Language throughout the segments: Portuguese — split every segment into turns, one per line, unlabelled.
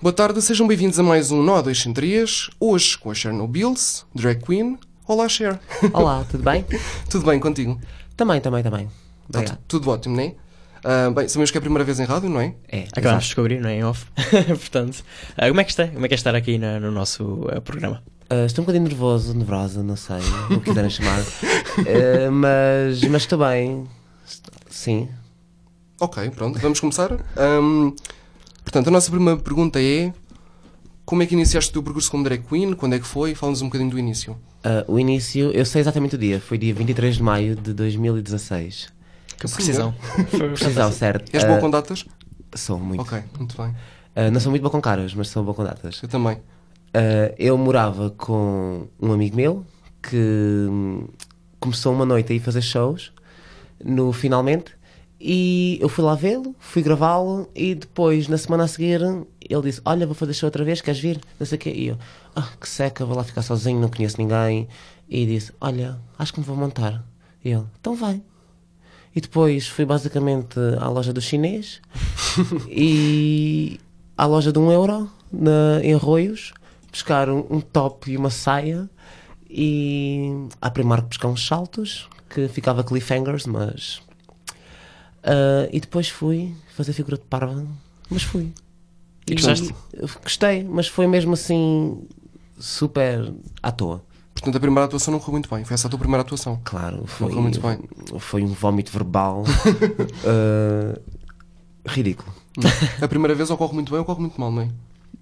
Boa tarde, sejam bem-vindos a mais um Nó 203, hoje com a Chernobyls, Drag Queen. Olá, Cher.
Olá, tudo bem?
Tudo bem contigo?
Também, também, também.
Tá
Obrigado.
tu- tudo ótimo, não é? Ah, bem, sabemos que é a primeira vez em rádio, não é?
É,
Acabámos de
exato.
descobrir, não é? Em Off. Portanto, ah, como é que está? Como é que é estar aqui na- no nosso ah, programa?
Ah, estou um bocadinho nervoso, nervosa, não sei, o que quiserem chamar. Ah, mas, mas estou bem. Sim.
Ok, pronto, vamos começar. Ahm, portanto, a nossa primeira pergunta é: Como é que iniciaste o teu percurso como drag queen? Quando é que foi? Fala-nos um bocadinho do início.
Ah, o início, eu sei exatamente o dia, foi dia 23 de maio de 2016.
Que precisão.
Precisão, certo?
És
Ah,
boa com datas?
Sou muito.
Ok, muito bem.
Ah, não sou muito boa com caras, mas sou boa com datas.
Eu também.
Ah, eu morava com um amigo meu que hum, começou uma noite a ir fazer shows no finalmente e eu fui lá vê-lo, fui gravá-lo e depois na semana a seguir ele disse: Olha, vou fazer show outra vez, queres vir? Não sei o quê. E eu, ah, que seca, vou lá ficar sozinho, não conheço ninguém. E disse: Olha, acho que me vou montar. E ele, então vai. E depois fui basicamente à loja do chinês e à loja de um euro na, em Arroios buscar um, um top e uma saia e à Primark buscar uns saltos que ficava cliffhangers, mas. ah, e depois fui fazer figura de parva, mas fui.
E gostaste?
Gostei, mas foi mesmo assim super à toa.
Portanto, a primeira atuação não correu muito bem. Foi essa a tua primeira atuação.
Claro, foi,
correu muito bem.
foi um vómito verbal ah, ridículo.
A primeira vez ocorre muito bem ou ocorre muito mal, não é?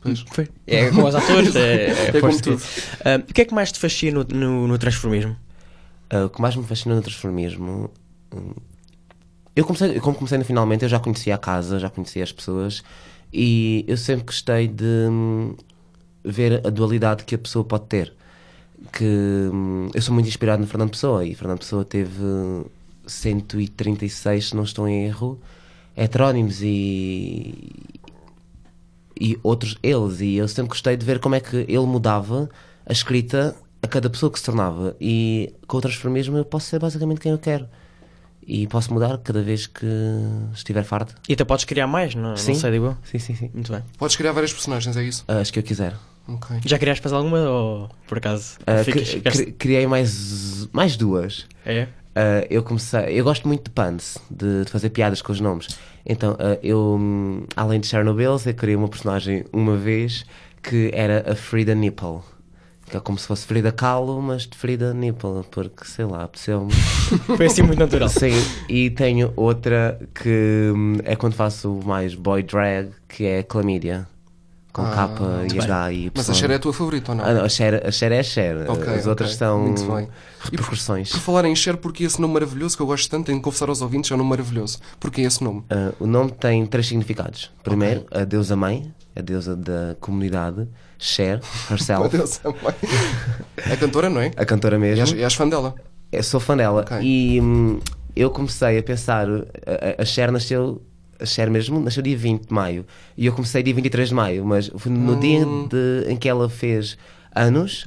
Pois.
Foi. É com os atores. é, é,
É como
força.
tudo.
Ah, o que é que mais te fascina no, no- no transformismo?
Ah, o que mais me fascinou no transformismo. hum, Eu comecei, eu como comecei no finalmente, eu já conhecia a casa, já conhecia as pessoas e eu sempre gostei de hum, ver a dualidade que a pessoa pode ter. Que hum, eu sou muito inspirado no Fernando Pessoa e Fernando Pessoa teve hum, 136, se não estou em erro, heterónimos e, e outros eles. E eu sempre gostei de ver como é que ele mudava a escrita a cada pessoa que se tornava. E com o transformismo eu posso ser basicamente quem eu quero. E posso mudar cada vez que estiver farto.
E até podes criar mais, não, não
Sim.
sei, digo eu.
Sim, sim, sim.
Muito bem.
Podes criar várias personagens, é isso?
As Ah, que eu quiser.
Ok.
Já criaste mais alguma ou por acaso?
Ah,
ficas-
cri-
ficaste-
cri- criei mais, mais duas.
É?
Ah, eu comecei. Eu gosto muito de puns, de, de fazer piadas com os nomes. Então, ah, eu, hum, além de Chernobyl, eu criei uma personagem uma vez que era a Frida Nipple. Que é como se fosse Frida Kahlo, mas de Frida Nipple, porque sei lá, apeteceu-me.
Foi assim muito natural.
Sim, e tenho outra que hum, é quando faço mais boy drag, que é Chlamídia. Com
Ah,
capa
muito
e H e
Mas a Cher é a tua favorita ou não?
Ah, não, a Cher, a Cher é a Cher.
Ok,
As outras
ok.
são
Muito bem.
repercussões.
Por falar em Cher, porque esse nome maravilhoso que eu gosto tanto, tenho de confessar aos ouvintes, é um nome maravilhoso. Porquê esse nome?
Ah, o nome tem três significados. Primeiro, a deusa mãe, a deusa da comunidade, Cher,
Meu
herself,
Deus, é a mãe. É cantora, não é?
a cantora
E
mesmo.
és, e és fã dela.
Eu sou fã dela
Ok.
e hum, eu comecei a pensar. A, a- a Cher nasceu. A Cher mesmo nasceu dia 20 de maio e eu comecei dia 23 de maio, mas foi no dia de- em que ela fez anos.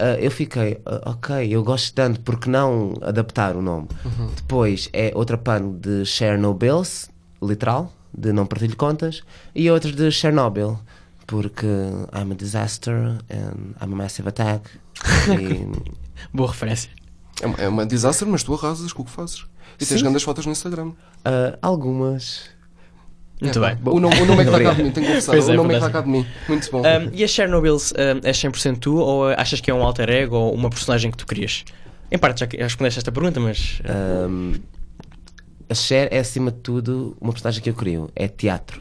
ah, eu fiquei, ah, ok, eu gosto tanto, porque não adaptar o nome? Depois é outra pano de Chernobils, literal, de não partilho contas, e outra de Chernobyl, porque I'm a disaster and I'm a massive attack. E,
Boa referência.
É uma, é uma disaster, mas tu arrasas com o que fazes. E tens
Sim.
grandes fotos no Instagram.
Ah, algumas.
Muito
É,
bem.
pá, O nome, o nome é que está cá de mim, tenho que confessar.
Pois é,
o nome é que está
verdade.
cá de mim. Muito bom.
Ahm, Ah, e a Chernobyls ahm, é 100% tu ou achas que é um alter ego ou uma personagem que tu crias? Em parte já que- já respondeste esta pergunta, mas. ah,
Ahm, a Cher é, acima de tudo, uma personagem que eu crio. É teatro.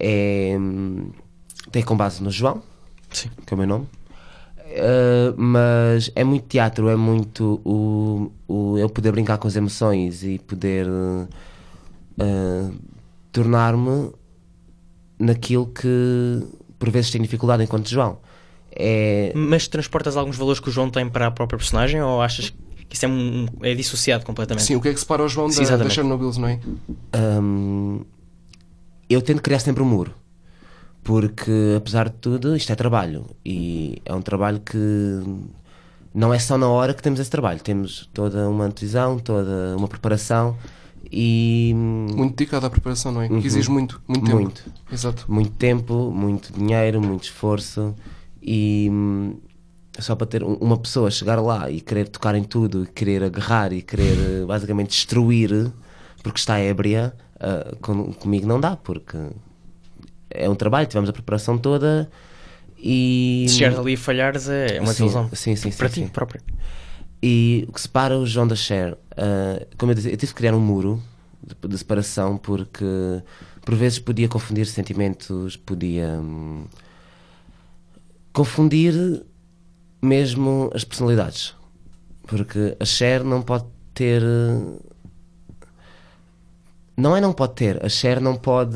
É, hum, tem com base no João,
Sim.
que é o meu nome. Ah, mas é muito teatro, é muito o, o eu poder brincar com as emoções e poder ah, tornar-me naquilo que por vezes tenho dificuldade enquanto João. É,
Mas transportas alguns valores que o João tem para a própria personagem ou achas que isso é, um- um- é dissociado completamente?
Sim, o que é que separa o João
Sim,
da, da
exatamente.
Chernobyl, não é?
Hum, eu tento criar sempre um muro. Porque, apesar de tudo, isto é trabalho. E é um trabalho que não é só na hora que temos esse trabalho. Temos toda uma antevisão, toda uma preparação. e hum,
Muito dedicado à preparação, não é?
Uhum.
Que exige muito, muito tempo.
muito.
Exato.
muito tempo, muito dinheiro, muito esforço e hum, só para ter um- uma pessoa chegar lá e querer tocar em tudo, e querer agarrar e querer eh, basicamente destruir porque está ébria, ah, com- comigo não dá, porque é um trabalho, tivemos a preparação toda e.
Se chegares ali e falhares é uma
Sim,
desilusão.
sim, sim, sim,
Para
sim.
ti próprio.
E o que separa o João da Cher, ah, como eu disse, eu tive que criar um muro de, de separação porque por vezes podia confundir sentimentos, podia hum, confundir mesmo as personalidades. Porque a Cher não pode ter. eh, Não é não pode ter, a Cher não pode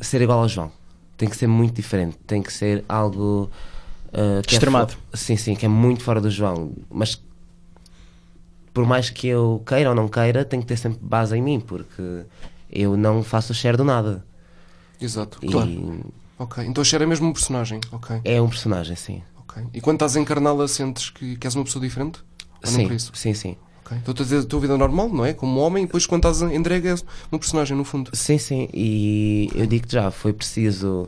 ser igual ao João. Tem que ser muito diferente, tem que ser algo. eh, que é
Extremado.
fo- sim, sim, que é muito fora do João. Mas por mais que eu queira ou não queira, tem que ter sempre base em mim, porque eu não faço a Cher do nada.
Exato.
E
Claro. Ok. Então a Cher é mesmo um personagem. Ok.
é um personagem, sim.
ok. E quando estás a encarná-la, sentes que, que és uma pessoa diferente? Ou não
Sim,
por isso?
sim, sim.
Ok. Então a tua- a tua vida normal, não é? Como homem, e depois quando estás a- entregue és um personagem, no fundo.
Sim, sim, e eu digo já, foi preciso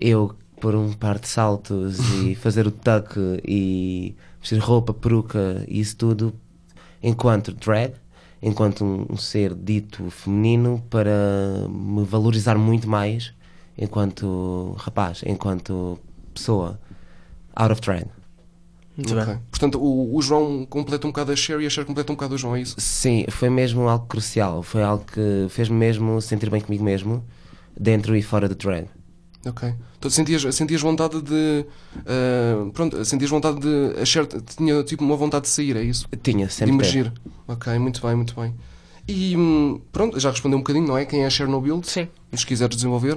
eu pôr um par de saltos e fazer o tuck e vestir roupa, peruca e isso tudo enquanto drag, enquanto um, um ser dito feminino para me valorizar muito mais enquanto rapaz, enquanto pessoa out of drag.
Muito
Ok.
bem.
Portanto, o, o João completa um bocado a Cher e a Cher completa um bocado o João, é isso?
Sim, foi mesmo algo crucial, foi algo que fez-me mesmo sentir bem comigo mesmo, dentro e fora do drag.
Ok. Então sentias, sentias vontade de. ah, pronto, sentias vontade de. A Cher t- tinha tipo uma vontade de sair, é isso?
Tinha sempre.
de emergir. Ok, muito bem, muito bem. E hum, pronto, já respondeu um bocadinho, não é? Quem é a Chernobyl?
Sim.
Mas Se quiseres desenvolver,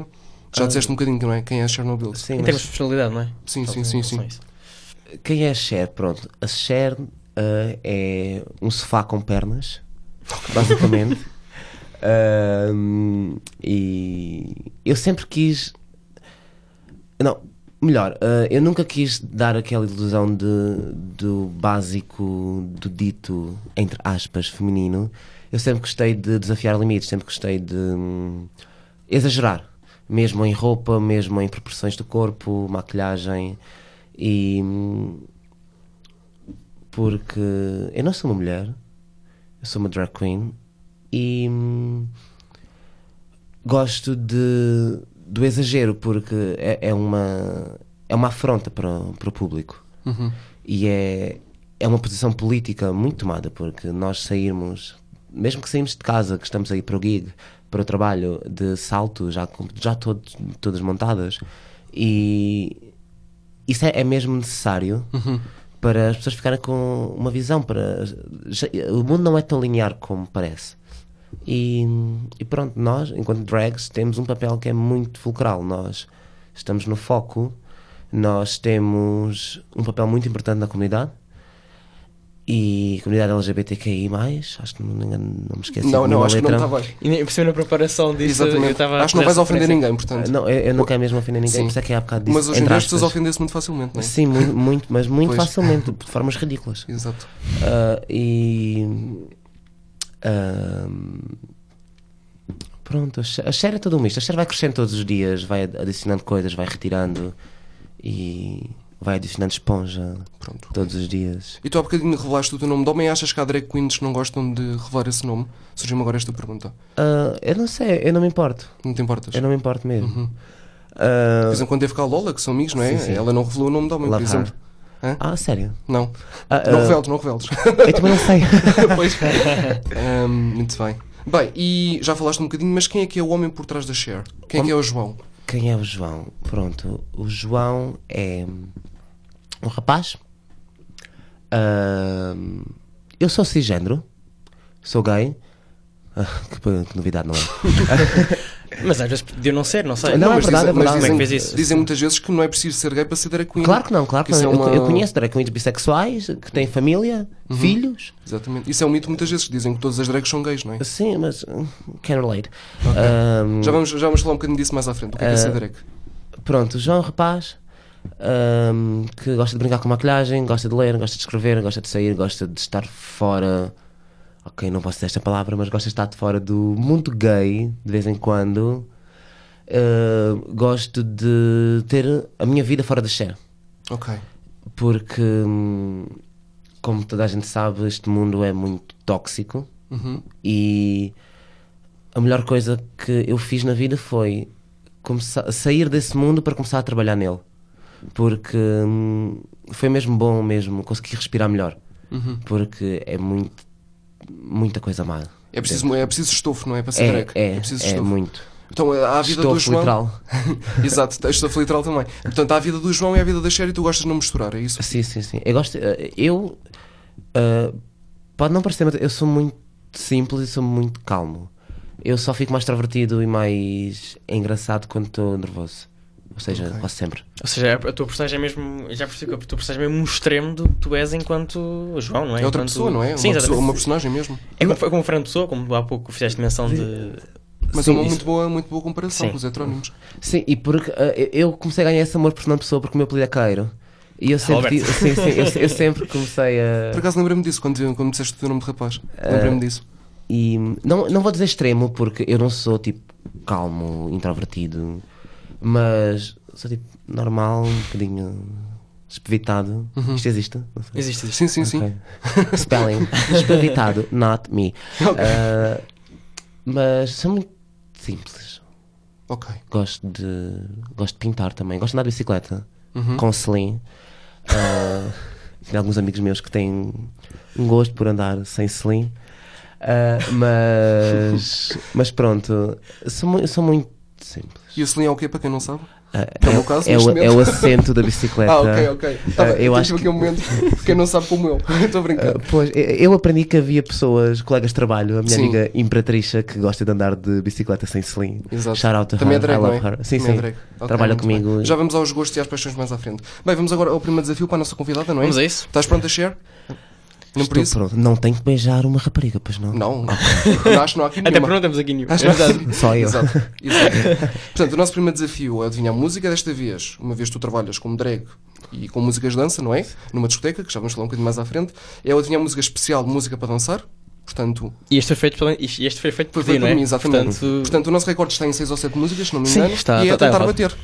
já disseste um bocadinho, não é? Quem é a Chernobyl?
Ah. Sim,
Em
mas-
termos de personalidade, não é?
Sim,
Só
sim,
em
sim, sim.
relação a isso.
Quem é a Cher? Pronto, a Cher ah, é um sofá com pernas, basicamente. Ahm, e eu sempre quis. Não, melhor, ah, eu nunca quis dar aquela ilusão de, do básico, do dito, entre aspas, feminino. Eu sempre gostei de desafiar limites, sempre gostei de hum, exagerar, mesmo em roupa, mesmo em proporções do corpo, maquilhagem. E hum, porque eu não sou uma mulher, eu sou uma drag queen e hum, gosto de, do exagero porque é, é uma é uma afronta para, o- para o público
Uhum.
e é, é uma posição política muito tomada, porque nós sairmos, mesmo que saímos de casa, que estamos aí para o gig, para o trabalho, de salto, já, com- já todos, todas montadas, e isso é, é mesmo necessário
Uhum.
para as pessoas ficarem com uma visão, para já- o mundo não é tão linear como parece. E, e pronto, nós, enquanto drags, temos um papel que é muito fulcral. Nós estamos no foco, nós temos um papel muito importante na comunidade e comunidade LGBTQI, acho que não me engano, não me esqueci. de
não, não,
nenhuma
acho que não tá
letra.
estava.
E nem percebi na preparação disso. Eu
Exatamente.
estava a
Acho que não
fazer
vais ofender
referência.
ninguém, portanto.
Ah, Não, eu, eu não quero mesmo ofender ninguém,
Sim.
por isso é que há bocado disso.
Mas hoje em
entre
dia as pessoas
aspas.
ofendem-se muito facilmente, não é?
Sim, muito, muito, mas muito
Pois.
facilmente, de formas ridículas.
Exato.
Ah, e. ah, pronto, a Cher- a Cher é todo um misto. A Cher vai crescendo todos os dias, vai adicionando coisas, vai retirando e vai adicionando esponja
Pronto.
todos os dias.
E tu há bocadinho revelaste o teu nome de homem, achas que há drag queens que não gostam de revelar esse nome? Surgiu-me agora esta pergunta.
Ah, eu não sei, eu não me importo.
Não te importas?
Eu não me importo mesmo. Ah,
Por exemplo, quando teve cá a Lola, que são amigos, não é?
Sim, sim.
Ela não revelou o nome de homem, por
Love her.
um exemplo. Hã?
ah, sério?
Não.
Ah,
Não
ah,
reveles, não reveles.
eu também não sei.
Pois. Ahm, muito bem. Bem, e já falaste um bocadinho, mas quem é que é o homem por trás da Cher? Quem é que é o João?
Quem é o João? Pronto, o João é um rapaz. Ahm, eu sou cisgênero, sou gay. Ah, que, p- que novidade, não é?
Mas às vezes podia não ser, não sei.
Não, é
mas
verdade, é
dizem, mas
verdade.
dizem-
Como é que fez isso?
dizem muitas vezes que não é preciso ser gay para ser drag queen.
Claro que não, claro que
Isso
não.
é uma- Uhum.
Eu, eu conheço drag queens bissexuais que têm família, filhos.
Exatamente. Isso é um mito muitas vezes, que dizem que todas as drags são gays, não é?
Sim, mas hum, Ah, can relate. Ahm,
Já vamos, já vamos falar um bocadinho disso mais à frente. O que é,
Ah.
que é ser drag?
Pronto, o João é um rapaz ahm, que gosta de brincar com maquilhagem, gosta de ler, gosta de escrever, gosta de sair, gosta de estar fora, ok, não posso dizer esta palavra, mas gosto de estar de fora do mundo gay de vez em quando. Eh, gosto de ter a minha vida fora da share
Ok.
porque, hum, como toda a gente sabe, este mundo é muito tóxico
Uhum.
e a melhor coisa que eu fiz na vida foi começar, sair desse mundo para começar a trabalhar nele, porque hum, foi mesmo bom mesmo, consegui respirar melhor,
Uhum.
porque é muito, muita coisa má.
É preciso, é preciso estofo, não é? Para ser
É,
drag.
é,
preciso
é,
estofo.
muito.
Então há a vida do
Estofo
João.
literal.
Exato, estofo literal também. Portanto, há a vida do João e a vida da Sherry, tu gostas de não misturar, é isso?
Sim, sim, sim. Eu gosto. eh, Eu. eh, pode não parecer, mas eu sou muito simples e sou muito calmo. Eu só fico mais extrovertido e mais engraçado quando estou nervoso. Ou seja, quase sempre.
Ou seja, a tua personagem é mesmo. eu Já percebi que a tua personagem é mesmo um extremo do que tu és enquanto João, não é?
É outra
Enquanto-
pessoa, não é?
Sim,
uma, pessoa,
exatamente.
uma personagem mesmo.
É como, foi como Fernando Pessoa, como há pouco fizeste menção de.
Mas
Sim,
é uma
isso.
muito boa, muito boa comparação
Sim.
com os heterónimos.
Sim, e porque eh, eu- eu comecei a ganhar esse amor por uma pessoa porque o meu apelido é Cairo. E eu sempre,
Alberto.
tive- sim, sim, eu, se- eu sempre comecei a.
É.
Por acaso lembrei-me disso quando, quando disseste o teu nome de rapaz.
Ah.
Lembrei-me disso.
E não, não vou dizer extremo porque eu não sou tipo calmo, introvertido, mas sou tipo normal, um bocadinho espevitado. Isto existe? Não sei.
Existe, existe.
Sim, Uhum. sim, sim.
Ok. Spelling. espevitado, not me. Ah, mas sou muito simples.
Ok.
Gosto de. Gosto de pintar também. Gosto de andar de bicicleta
Uhum.
com selim. Ah, tenho alguns amigos meus que têm um gosto por andar sem selim. Ah, mas. Mas pronto. Sou, mui- sou muito simples.
E o selim é o quê, para quem não sabe?
Ah,
Que é o
é,
meu caso,
é
neste
o, é
momento.
o assento da bicicleta.
Ah, ok, ok. Tá bem,
eu
eu
acho
acho aqui um momento, quem não sabe como eu. Estou a brincar.
Ah, Pois, eh, eu aprendi que havia pessoas, colegas de trabalho, a minha
Sim.
amiga Imperatrixa, que gosta de andar de bicicleta sem selim.
Exato.
Shout out to
Também
her,
é drag,
I love
não é?
her. Sim,
Também é
sim.
drag. Ok,
Trabalha
muito bem.
comigo.
Já vamos aos gostos e às paixões mais à frente. Bem, vamos agora ao primeiro desafio para a nossa convidada, não é?
Vamos a isso?
Estás pronto a share? Não por
Estou
isso?
pronto. Não tenho que beijar uma rapariga, pois não.
Não, não acho que não há aqui
Até
nenhuma.
porque não temos aqui nenhum.
Acho que não há-
Só eu.
Exato, exato. Portanto, o nosso primeiro desafio é adivinhar música desta vez. Uma vez tu trabalhas como drag e com músicas de dança, não é? Numa discoteca, que já vamos falar um bocadinho mais à frente. É adivinhar música especial, música para dançar. Portanto,
E este foi feito, pela- isto- este foi feito por
foi
ti,
feito
não
por
é?
mim, exatamente.
Portanto,
Portanto, o nosso recorde está em 6 ou 7 músicas, se não me
Sim,
engano.
está-
e é
está-
tentar
está
bater.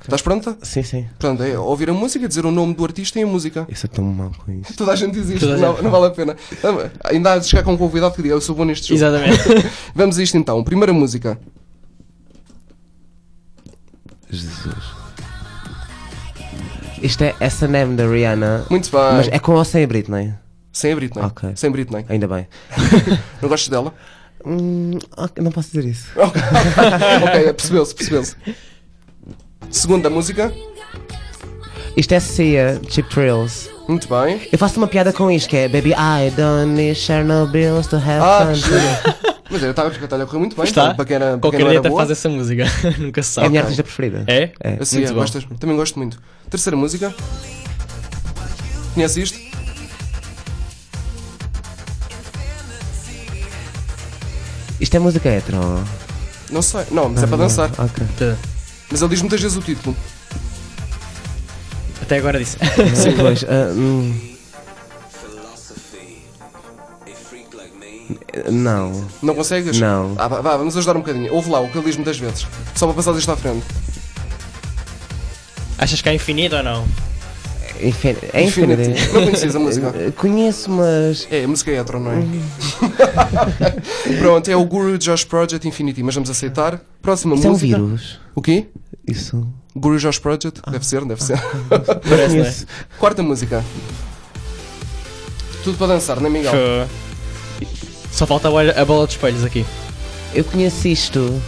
Estás pronta?
Sim, sim.
Portanto, é ouvir a música, dizer o nome do artista e a música.
Eu sou tão mau com isso.
Toda a gente diz isto,
Toda a
não,
gente.
não vale a pena. Ah, Ainda há de chegar com um convidado que diga, eu sou bom neste jogo.
exatamente.
Vamos a isto então. Primeira música.
Jesus. Isto é S&M da Rihanna.
Muito bem.
Mas é com ou sem a Britney?
Sem a Britney.
Ok.
Sem Britney.
Ainda bem.
Não gostas dela?
Hum, ok, não posso dizer isso.
ok, percebeu-se, percebeu-se. Segunda música.
Isto é Sia, Chip Trills.
Muito bem.
Eu faço uma piada com isto, que é Baby, I don't need Chernobyls to have
Ah, que
fun.
giro. Mas eu estava a estar a correr muito bem.
Está.
então, Para quem era, para quem
Qualquer
não
dia
era
até
boa.
faz essa música. Nunca se
É a
sabe.
minha artista preferida.
É?
É.
Assim,
Muito
é,
bom.
gostas? Também gosto muito. Terceira música. Conhece isto?
Isto é música hetero.
Não sei. Não, mas é para dançar.
Ok.
Mas ele diz muitas vezes o título.
Até agora disse.
Sim, pois. ah, hum,
philosophy. A freak like me.
não.
Não consegues?
Não.
Ah, vá, vá, vamos ajudar um bocadinho. Ouve lá o que ele diz muitas vezes. Só para passar disto à frente.
Achas que é infinito ou não?
Infin é infinito.
Infinity. Não conheces a música?
Conheço, mas.
É, a música é hetero, não é? Pronto, é o Guru Josh Project Infinity, mas vamos aceitar. Próxima
Isto é um
música.
vírus. Ah.
O quê?
Isso.
Guru Josh Project? Deve ser, deve ser.
Parece, não é?
Conheço.
Quarta música. Tudo para dançar, não é, Miguel?
Fô. Só falta a bola, a bola de espelhos aqui.
Eu conheço isto.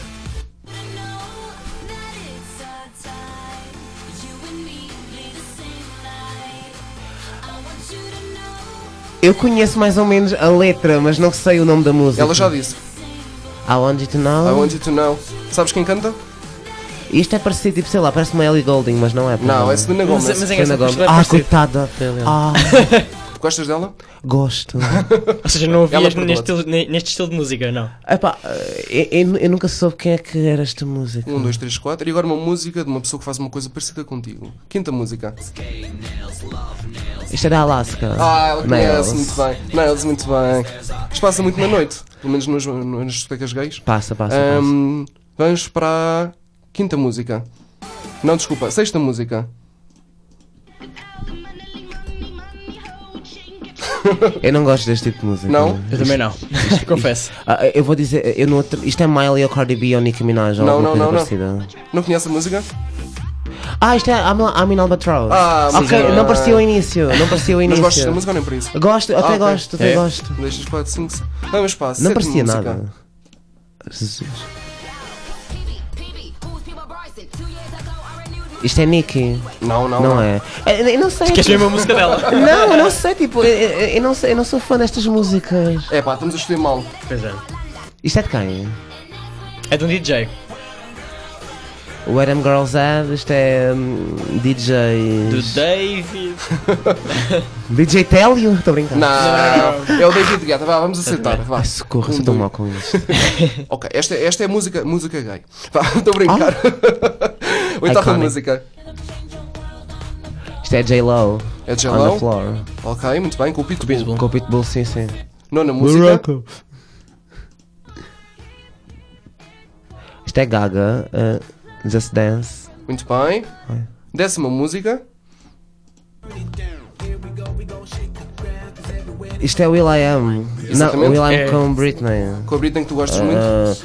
Eu conheço mais ou menos a letra, mas não sei o nome da música.
Ela já disse.
I want you to know.
I want you to know. Sabes quem canta?
Isto é parecido, tipo, sei lá, parece uma Ellie Golding, mas não é. pois
Não, é Selena
Mas,
Gomez.
mas é
Selena Gomez.
engraçado. isto vai
Ah,
parecer-
coitada. Ah,
Gostas dela?
Gosto.
Ou seja, não
Ela
ouvias
perdoa-te.
neste estilo, ne- neste estilo de música, não.
Epá, eh, eu, eu, eu nunca soube quem é que era esta música.
Um, dois, três, quatro. E agora uma música de uma pessoa que faz uma coisa parecida contigo. Quinta música.
Isto é da Alaska. é
Ah, ela
Nails.
conhece muito bem. Nails, muito bem. Isto passa muito na noite. Pelo menos nos- nas discotecas gays.
Passa, passa, passa.
Ahm, vamos para a quinta música. Não, desculpa, sexta música.
Eu não gosto deste tipo de música.
Não?
Eu também não. Confesso.
Ah, eu vou dizer, eu não, atro- isto é Miley ou Cardi B ou Nicki Minaj ou
Não, não,
alguma coisa
não, não.
parecida.
Não conhece a música?
Ah, isto é I'm, I'm in Albatross.
Ah,
ok,
sim.
não parecia o início, não parecia o
Mas
início.
gostas da música ou nem por isso?
Gosto, até
Ah, ok.
gosto, até
É.
gosto.
2, 3, 4, 5, 6. Vamos para a
Não
sétima
parecia
música.
nada. Jesus. Isto é Nicki,
Não, não,
não é? Eu, eu não sei.
Queres mesmo a música dela?
Não, eu não sei, tipo, eu, eu- eu não sei, eu não sou fã destas músicas.
É pá, estamos a escolher mal.
Pois é.
Isto é de quem?
É de um DJ.
O Adam Girls Ad, isto é hum, DJ.
Do David.
DJ Telio? Estou brincando.
Não, é o David Guetta. Vá, vamos aceitar. Vá.
Ai, socorro, eu
Um,
sou tão
dois.
mal com isto.
Ok, esta, esta é música, música gay. Vá, estou a brincar.
Ah.
Oitava
Iconic.
música.
Isto é J-Lo.
É de
On the
Jalão.
floor.
Ok, muito bem, com o Pitbull.
Com o Pitbull, sim, sim.
Nona música.
Isto é Gaga. uh, Just Dance.
Muito bem. Décima música.
Isto é Will I Am.
Exatamente.
Não, Will I Am
É.
com Britney.
Com a Britney que tu gostas muito.
Uh,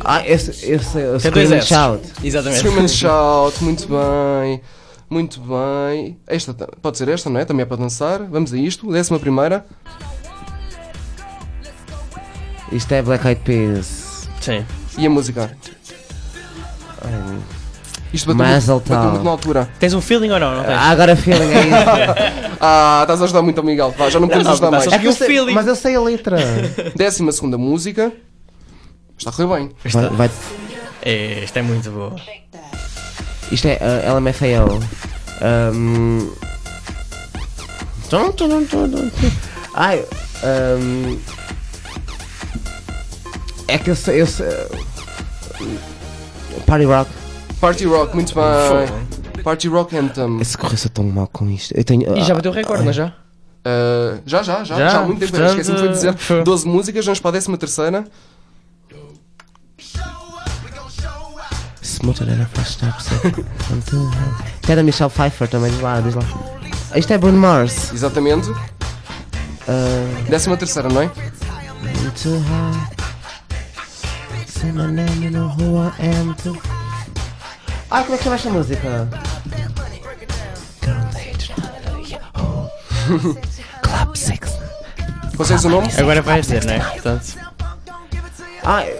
ah, esse, esse, o
Tem dois
Scream and
Fs.
Shout.
Exatamente.
Scream and Shout, muito bem. Muito bem. Esta ta- pode ser esta, não é? Também é para dançar. Vamos a isto. Décima primeira.
Isto é Black Eyed Peas.
Sim.
E a música? Isto
Mazel
bateu, muito, bateu
tov.
muito na altura.
Tens um feeling ou não? Não tens?
Ah, agora feeling é isso.
Ah, estás a ajudar muito, Miguel. Vá, já não podemos
Não,
ajudar
mas
mais.
É que eu
E o
sei-
feeling?
mas eu sei a letra.
Décima segunda música. Está a correr bem.
Vai- vai-
É, isto é muito boa.
isto é uh, LMFAO. Um, tum, tum, tum, tum, tum. Ai. um, é que eu sei. Eu sei uh, Party Rock.
Party Rock, muito bem. Party Rock Anthem.
Esse correu tão mal com isto. Eu tenho. uh,
E já bateu o recorde, não já?
Ah, já, já, já, já,
Já,
há muito tempo.
portanto,
Esqueci-me foi dizer.
foi.
12 músicas, vamos para a décima terceira.
Smoother than a fresh drop, so- Até da Michelle Pfeiffer também, diz lá, diz lá. Isto é Bruno Mars.
Exatamente.
Uh,
Décima terceira, não é?
I'm too high. Say my name, you know who I am too. Ai, como é que chama esta música? Club 6.
Consegues o nome?
Agora vai ser, não é? Portanto,
Ai,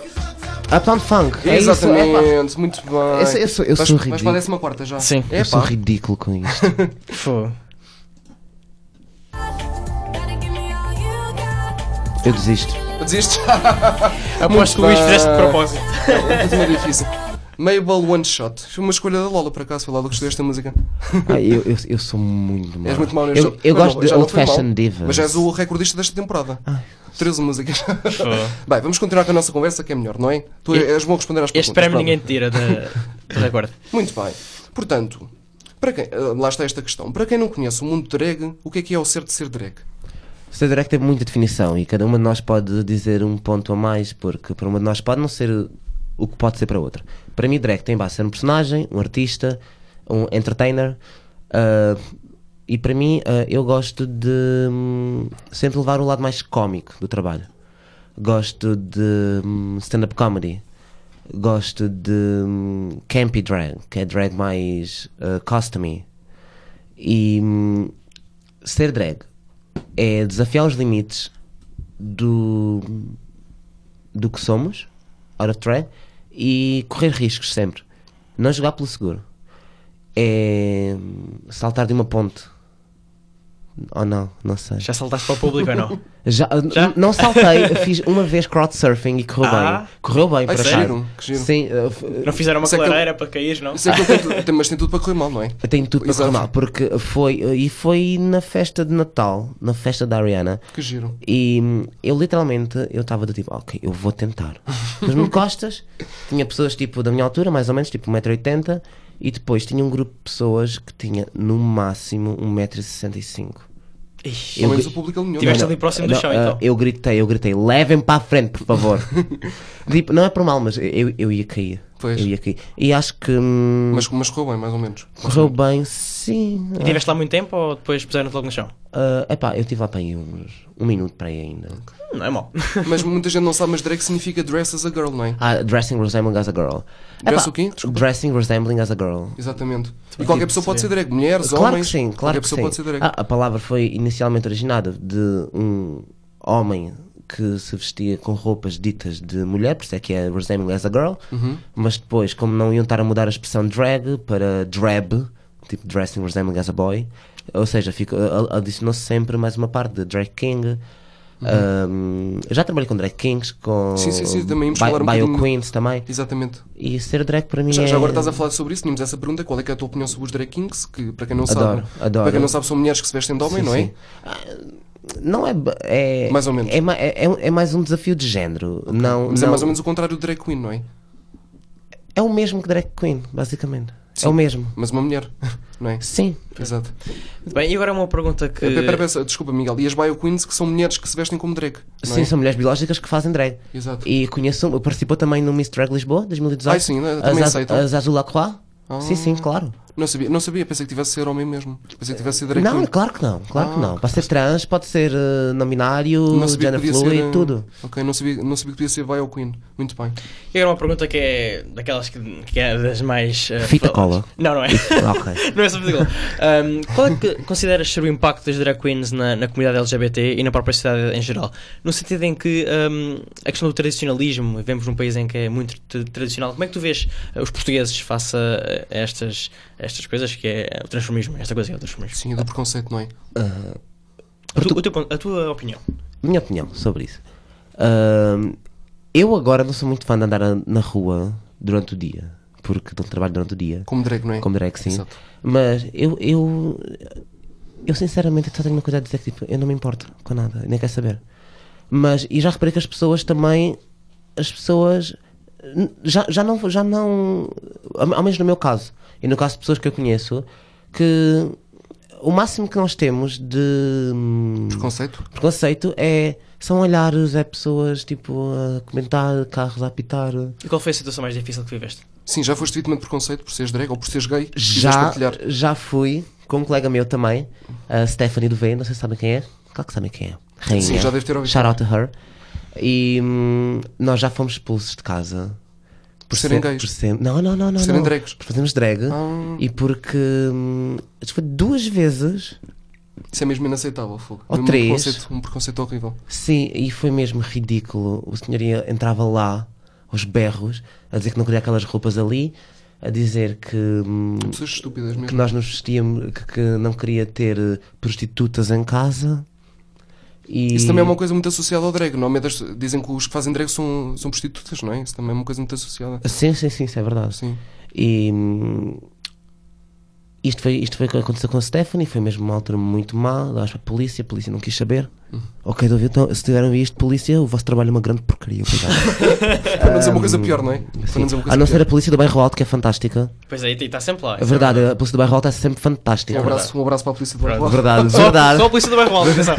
Uptown Funk. É isso, é pá.
Exatamente, muito bem.
Eu sou- eu sou- eu
vais,
sou
vais para
ridículo.
a décima quarta já.
Sim.
é
Eu sou
pá.
ridículo com isto.
fogo.
Eu desisto.
Desiste.
Aposto que o Luís
bem.
fizeste de propósito.
Muito mais difícil. Mabel One Shot. Foi uma escolha da Lola, por acaso. Foi a Lola que gostou desta música.
Ai, eu, eu, eu sou muito mal.
És muito mau neste
eu,
jogo.
eu
Não,
gosto
não,
de
já não
Old
fui mau,
Fashioned Divas. Ah.
Mas és o recordista desta temporada. 13 músicas.
Fogo.
Bem, vamos continuar com a nossa conversa, que é melhor, não é? Tu
Este-
és bom a responder às perguntas.
Este prémio
pronto.
ninguém te tira da- do recorde.
Muito bem. Portanto, para quem, ah, lá está esta questão. Para quem não conhece o mundo drag, o que é que é o ser de ser drag?
Ser drag tem muita definição e cada uma de nós pode dizer um ponto a mais, porque para uma de nós pode não ser o que pode ser para outra. Para mim, drag tem base a ser um personagem, um artista, um entertainer. ah, e para mim, ah, eu gosto de hum, sempre levar o lado mais cómico do trabalho. Gosto de hum, stand-up comedy. Gosto de hum, campy drag, que é drag mais ah, costumey. E hum, ser drag é desafiar os limites do, do que somos, out of drag, e correr riscos sempre. Não jogar pelo seguro. É hum, saltar de uma ponte Ou não, não sei.
Já saltaste para o público ou não?
Já,
Já?
n- Não saltei, fiz uma vez crowdsurfing e correu
Ah.
bem. Correu bem,
Ai,
por
que
acaso.
giro, que giro.
Sim, uh, f-
Não fizeram uma
Isso é que eu-
clareira para cair, não?
Isso é que eu tenho tudo- mas tem tudo para correr mal, não é?
Tem tudo para
Exato.
correr mal, porque foi. E foi na festa de Natal, na festa da Ariana.
Que giro.
E hum, eu literalmente eu estava do tipo, ok, eu vou tentar. Mas me costas, tinha pessoas tipo da minha altura, mais ou menos, tipo 1,80m, e depois tinha um grupo de pessoas que tinha no máximo 1,65m.
Ixi,
Pelo
Eu-
menos o público alinhou.
Tiveste
Não,
ali próximo do
Não,
chão,
ah,
então.
Eu gritei, eu gritei, levem-me para a frente, por favor. tipo, não é por mal, mas eu, eu ia cair.
Pois.
Eu ia cair. E acho que hum,
Mas, mas correu bem, mais ou menos.
correu bem, sim.
E tipo tiveste lá muito tempo ou depois puseram-te logo no chão?
Ah, epá, eu tive lá para aí uns um minuto para aí ainda.
Hum, Não é mal.
Mas muita gente não sabe, mas Drake significa dress as a girl, não é?
Ah, dressing resembling as a girl.
Dress
Epá,
o quê? Desculpa.
Dressing resembling as a girl.
Exatamente. E qualquer pessoa pode ser drag. Mulheres,
Claro que
homens.
sim, claro
qualquer
que
pessoa
sim.
pode ser drag.
Ah, a palavra foi inicialmente originada de um homem que se vestia com roupas ditas de mulher, por isso é que é resembling as a girl,
Uhum.
mas depois, como não iam estar a mudar a expressão drag para drab, tipo dressing resembling as a boy, ou seja, ficou- a- a- adicionou-se sempre mais uma parte de drag
Uhum.
king. Ahm, eu já trabalhei com drag kings, com
Sim, sim, sim, também íamos
bi-
falar um
bio
bocadinho-
queens também.
Exatamente.
E ser drag para mim
Já,
é...
já agora estás a falar sobre isso, tínhamos essa pergunta, qual é, que é a tua opinião sobre os drag kings, que para quem não
Adoro,
sabe,
adoro.
para quem não sabe são mulheres que se vestem de homem,
Sim,
não é?
sim. Ah, Não é, ba- é.
Mais ou menos.
É, ma- é, é um- é mais um desafio de género. Não,
Mas
não-
é mais ou menos o contrário do drag queen, não é?
é o mesmo que Drag Queen, basicamente. É o mesmo.
Mas uma mulher, não é?
Sim.
Exato.
Muito Bem, e agora uma pergunta que.
Pera, pera, pera, desculpa, Miguel. E as bio queens que são mulheres que se vestem como drag, não
Eh, Sim,
é?
são mulheres biológicas que fazem drag.
Exato.
E conheço uma, participou também no Miss Drag Lisboa 2018.
Ai, sim, né? Também
a,
aceitam.
a Zazu Lacroix.
Ah.
Sim, sim, claro.
Não sabia, não sabia, pensei que tivesse de ser homem mesmo. Pensei que tivesse de ser drag
Não,
queen.
claro que não, claro que
Ah,
não. Pode ser trans, pode ser eh, não binário,
Não sabia que
gender
podia
fluid,
ser, eh,
tudo.
Ok, não sabia, não sabia que podia ser bio queen. Muito bem.
E agora uma pergunta que é daquelas que, que é das mais. eh,
Fita
faladas.
cola.
Não, não é.
Ah, ok.
Não é sobre Portugal. Um, qual é que consideras ser o impacto das drag queens na, na comunidade LGBT e na própria sociedade em geral? No sentido em que um, a questão do tradicionalismo, vemos num país em que é muito tra- tradicional, como é que tu vês uh, os portugueses face a, a estas, a estas coisas que é o transformismo? Esta coisa que é o transformismo.
Sim, é do preconceito, não é?
A, tu- o teu ponto- a tua opinião.
minha opinião sobre isso. Ahm, eu agora não sou muito fã de andar a- na rua durante o dia, porque não trabalho durante o dia,
Como drag, não é?
como drag sim.
Exato.
Mas eu, eu, eu sinceramente só tenho uma coisa a dizer que tipo, eu não me importo com nada, nem quero saber. Mas, e já reparei que as pessoas também, as pessoas n- já, já não, já não, ao ao menos no meu caso, e no caso de pessoas que eu conheço, que o máximo que nós temos de hum,
Preconceito?
preconceito é são olhares, é pessoas tipo a comentar, carros a apitar.
E qual foi a situação mais difícil que viveste?
Sim, já foste vítima de preconceito por seres drag ou por seres gay? Quiseres
Já,
partilhar.
já fui com um colega meu também, a Stephanie do V, não sei se sabem quem é. Claro que sabem quem é. Rainha.
Sim, já deve ter ouvido
Shout out to her. E hum, nós já fomos expulsos de casa.
Por serem gays.
Por ser- não, não, não, não.
serem
não.
drags.
Por fazermos drag.
Ah.
E porque. Hum, acho que foi duas vezes
Isso é mesmo inaceitável, fogo.
Ou
Mesmo
três.
Um preconceito, um preconceito horrível.
Sim, e foi mesmo ridículo. O senhoria entrava lá, aos berros, a dizer que não queria aquelas roupas ali, a dizer que, hum,
Pessoas estúpidas
que
mesmo.
nós nos vestíamos, que, que não queria ter eh, prostitutas em casa. E...
Isso também é uma coisa muito associada ao drag, não é? Das- Dizem que os que fazem drag são, são prostitutas, não é? Isso também é uma coisa muito associada.
Sim, sim, sim, isso é verdade.
Sim.
E hum, isto foi, isto foi o que aconteceu com a Stephanie, foi mesmo uma altura muito má, lá para a polícia, a polícia não quis saber.
Uhum.
Ok, David, então, se tiveram isto, polícia, o vosso trabalho é uma grande porcaria. obrigado.
Para não dizer uma coisa pior, não é? Para
Sim.
não dizer uma
A
coisa
não ser
pior.
a polícia do bairro alto, que é fantástica.
Pois é, e está sempre lá.
É verdade, a polícia do bairro alto é sempre fantástica.
Um abraço, um abraço para a polícia do
Pronto.
Barro.
é? Verdade,
Só,
verdade.
só a polícia do bairro alto, atenção.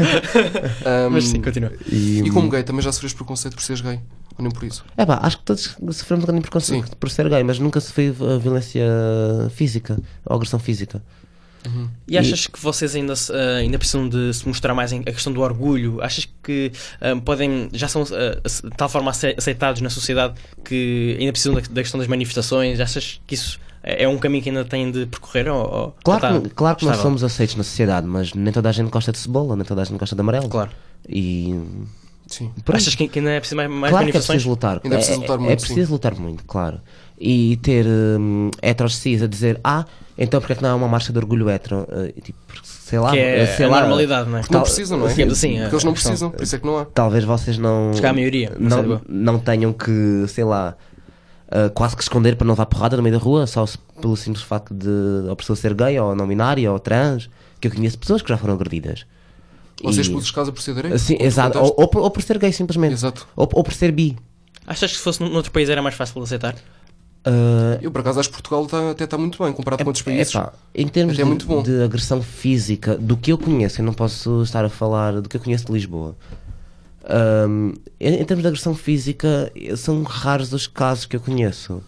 Um,
Mas sim, continua.
E,
E como gay, também já sofres preconceito por seres gay? Ou nem por isso?
é pá, acho que todos sofremos um bocadinho por, conce-
Sim.
por ser gay, mas nunca sofri uh, violência física ou agressão física.
E achas que vocês ainda, se- eh, ainda precisam de se mostrar mais em a questão do orgulho? Achas que eh, podem, já são eh, ace- de tal forma ace- aceitados na sociedade que ainda precisam da, da questão das manifestações? Achas que isso é é um caminho que ainda têm de percorrer? Ou, ou-
Claro,
ou
que,
tá-
claro que nós
estável?
somos aceitos na sociedade, mas nem toda a gente gosta de cebola, nem toda a gente gosta de amarelo.
Claro.
E
Sim.
por aí.
Achas que, que ainda é preciso mais, mais
claro que é
manifestações?
preciso lutar.
Ainda é preciso lutar muito,
É preciso
sim.
lutar muito, claro. E ter hum, heteros cis a dizer, ah, então porque é que não há uma marcha de orgulho hetero? Eh, tipo, porque se sei lá,
que é
sei
a
lá,
normalidade, não é?
Porque
Não
Tal-
precisam, não é?
digamos assim,
Porque eles não
a questão-
precisam, por isso é que não há.
talvez vocês não
Chegar à maioria, não sei de
não,
boa.
não tenham que, sei lá, ah, quase que esconder para não levar porrada no meio da rua, só se- pelo simples facto de a pessoa ser gay ou não binária ou trans, que eu conheço pessoas que já foram agredidas.
Ou ser
E-
expulsos de casa por ser direito.
Sim,
como tu
exato. Ou,
contaste.
ou por, ou por ser gay simplesmente.
Exato.
Ou, ou por ser bi.
Achas que se fosse num- noutro país era mais fácil de aceitar?
Ah,
Eu, por acaso, acho que Portugal tá- até está muito bem
É
comparado com outros países.
epá, em termos
Até
de,
é muito bom.
de agressão física, do que eu conheço, eu não posso estar a falar do que eu conheço de Lisboa. Ahm, em, em termos de agressão física, eh, são raros os casos que eu conheço.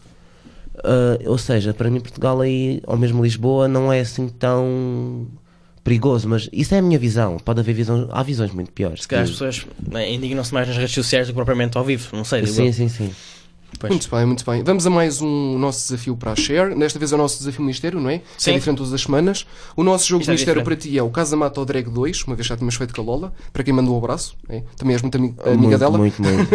Ah, ou seja, para mim, Portugal aí, ou mesmo Lisboa, não é assim tão perigoso. Mas isso é a minha visão. Pode haver visão, há visões muito piores.
Se calhar as
que-
pessoas né, indignam-se mais nas redes sociais do que propriamente ao vivo, não
é
sei. digo
Sim,
eu.
sim, sim.
Pois.
Muito bem, muito bem. Vamos a mais um nosso desafio para a Share. Desta vez é o nosso desafio mistério, não é?
Sim.
É diferente todas as semanas. O nosso jogo
Isto é
mistério para
diferente.
ti é o Casamata ou Drag 2, uma vez já tínhamos feito com a Lola, para quem mandou o abraço. é? Também és muito ami- amiga
muito,
dela.
Muito, muito.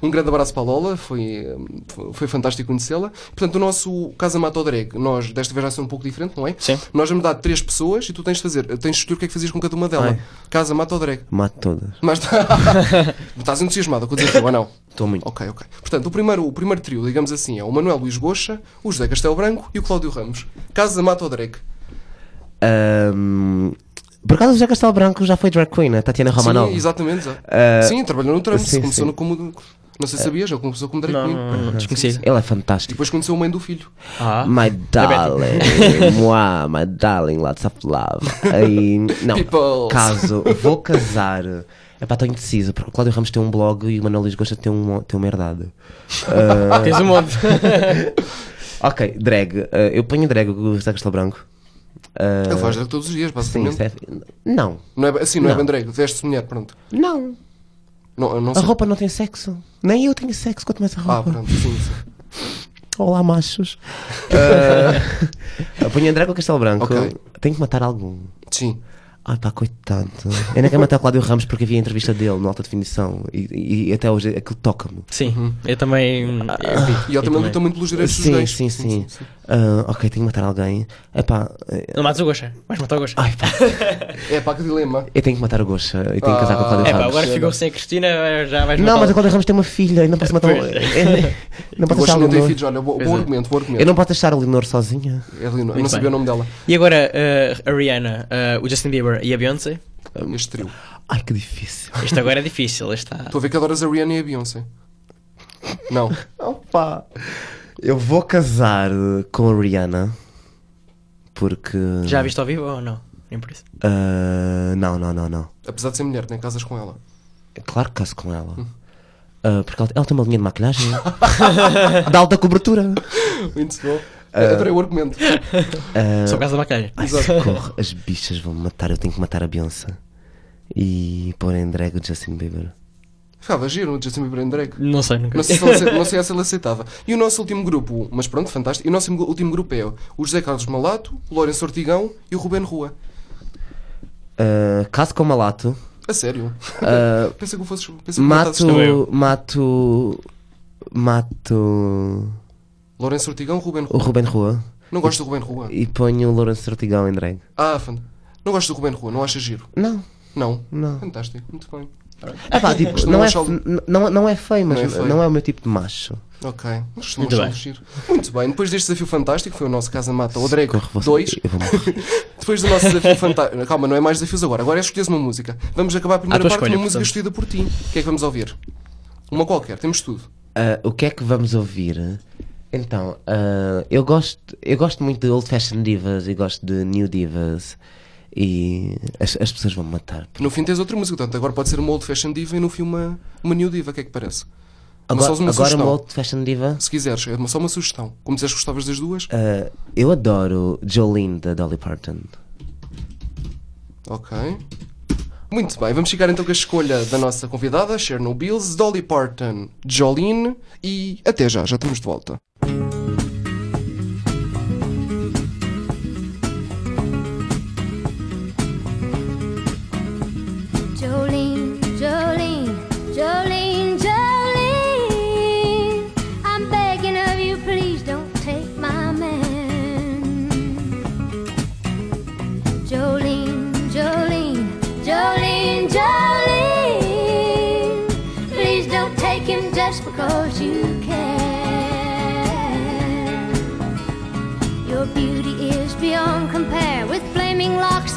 Um grande abraço para a Lola, foi, hum, foi fantástico conhecê-la. Portanto, o nosso Casamata ou Drag, nós desta vez vai ser um pouco diferente, não é?
Sim.
Nós vamos dar três pessoas e tu tens de fazer, tens de escolher o que é que fazias com cada uma delas.
Ai.
Casamata ou Drag.
Mato todas.
Mas tá. estás entusiasmado com o desafio ou não?
Estou muito.
Ok, ok. Portanto, o primeiro, o primeiro trio, digamos assim, é o Manuel Luís Goxa, o José Castelo Branco e o Cláudio Ramos. Casa Mata ou Drake?
Ahm, por acaso o José Castelo Branco já foi drag queen, a Tatiana Romanova.
Sim, exatamente. já.
Ah,
sim, trabalhou no Trump,
sim,
começou
sim. Ah.
no como. Não sei se sabias, ele começou como Drake
Não,
Queen.
não, não, não,
Sim, sim.
Hum, desconhecido.
Ele é
E
fantástico.
depois conheceu a mãe do filho.
Ah,
My darling, moi, my darling, lots of love. Aí, não,
People.
caso, vou casar. É pá, estou indeciso, porque o Cláudio Ramos tem um blog e o Manuel Luís Gosta tem, um, tem uma herdade.
tens um monte.
Ok, drag. ah, eu ponho drag o José Castelo Branco. Ah,
Ele faz drag todos os dias,
sim,
basicamente.
isso é- Não,
não é, assim, não, é
Não.
bem drag, veste mulher, pronto.
não.
Não, não
A
sei.
roupa não tem sexo. Nem eu tenho sexo quanto mais a
Ah,
roupa.
pronto, sim, sim.
Olá, machos. uh, punha André com o Castelo Branco.
Ok.
Tenho que matar algum.
Sim.
Ai pá, Ah, tá, coitado. Eu não quero matar o Cláudio Ramos porque havia a entrevista dele no Alta Definição e, e até hoje aquilo toca-me.
Sim, eu também.
Ah,
eu vi,
é E ele
eu
também luta muito pelos direitos dos
Sim,
gays.
sim, sim. Ah, ok, tenho que matar alguém. Epá, eh,
Não matas o Gosha, vais matar o Gosha.
ai, pá,
É pá, que dilema.
eu tenho que matar o Gosha e tenho que casar com o
Ah.
Cláudio
É pá,
Ramos.
agora ficou sem a Cristina, já vais
Não, mas
matar
o Cláudio Ramos tem uma filha e não posso matar.
Pois.
eh, não
Eu
posso deixar a
gosto não tem
Leonor.
filhos, olha, bo- bom,
Pois é.
argumento, bom
Eu
argumento.
não posso deixar a Leonor sozinha.
É Leonor, eu não
Muito
sabia o
bem.
nome dela.
E agora eh, a Rihanna, eh, o Justin Bieber e a Beyoncé?
Este trio.
Ai que difícil.
Isto agora é difícil, isto está.
Estou a ver que adoras a Rihanna e a Beyoncé. Não.
Opa! Eu vou casar com a Rihanna porque.
Já a viste ao vivo ou não? Nem por isso.
Ah, não, não, não, não.
Apesar de ser mulher, nem casas com ela.
É Claro que caso com ela. Ah, porque ela, ela tem uma linha de maquilhagem de alta cobertura.
Muito bom. Adorei o argumento.
Ah,
Só por causa da maquilhagem.
ai, socorro, as bichas vão me matar. Eu tenho que matar a Beyoncé e pôr em drag o Justin Bieber.
Ficava giro o Justin Bieber em Drake.
Não sei, nunca.
Não sei, se ele, ace- não sei se ele aceitava. E o nosso último grupo, mas pronto, fantástico. E o nosso último grupo é o José Carlos Malato, o Lourenço Ortigão e o Ruben Rua.
Ah, caso com o Malato,
A sério.
ah,
Pensa que eu fosse. Pensa que matasses-
mato.
eu.
Mato. Mato.
Lourenço Ortigão, Ruben
O
Rua.
Ruben Rua
Não gosto do Ruben Rua.
e ponho o Lourenço Ortigão em drag.
Ah, fan... Não gosto do Ruben Rua, não achas giro?
Não.
Não.
Não.
Fantástico, muito bem.
Ah, pá, tipo,
Então, Costuma
não, é,
achar-
n- não, não é feio, mas
Não é
não é,
feio.
o meu tipo de macho.
Ok. Mas costumam
Muito
achar
bem.
giro. Muito bem, depois deste desafio fantástico, foi o nosso Casa Mata ou Drake
Corre, vou-
2.
Eu vou morrer.
Depois do nosso desafio fantástico. Calma, não é mais desafios agora. Agora é escolheres uma música. Vamos acabar a primeira
À tua
parte com uma
escolha,
música
portanto.
escolhida por ti. O que é que vamos ouvir? Uma qualquer, temos tudo.
Ah, o que é que vamos ouvir? Então, ah, eu, gosto, eu gosto muito de Old Fashioned Divas e gosto de New Divas. E as, as pessoas vão me matar.
No fim tens outra música, portanto, agora pode ser uma old fashion diva e no fim uma, uma new diva, o que é que parece? Uma
Agora,
só uma
agora
sugestão.
uma Old Fashioned Diva.
Se quiseres, é uma, só uma sugestão. Como disseste que gostavas das duas?
ah, eu adoro Jolene da Dolly Parton.
Ok. Muito bem, vamos chegar então com a escolha da nossa convidada, Chernobyl, Bills, Dolly Parton, Jolene e até já, já estamos de volta.
Jolene, Jolene, Jolene, Jolene. I'm begging of you, please don't take my man. beauty is beyond compare with flaming locks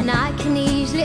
And I can easily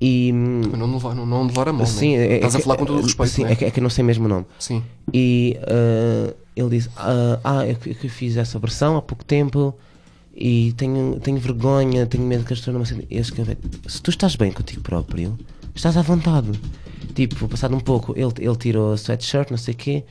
E. hum,
Mas Não, levar, não, não levar a mão.
Sim,
não.
é- é
Estás a
que-
falar com todo o respeito.
Sim,
não
é, que, é que eu não sei mesmo o nome.
Sim.
E ah, ele disse: Ah, ah, eu, que- que fiz essa operação há pouco tempo e tenho, tenho vergonha, tenho medo que as pessoas não me aceitem. Eu escrevi, Se tu estás bem contigo próprio, estás à vontade. Tipo, passado um pouco, ele, ele tirou a sweatshirt, não sei o quê,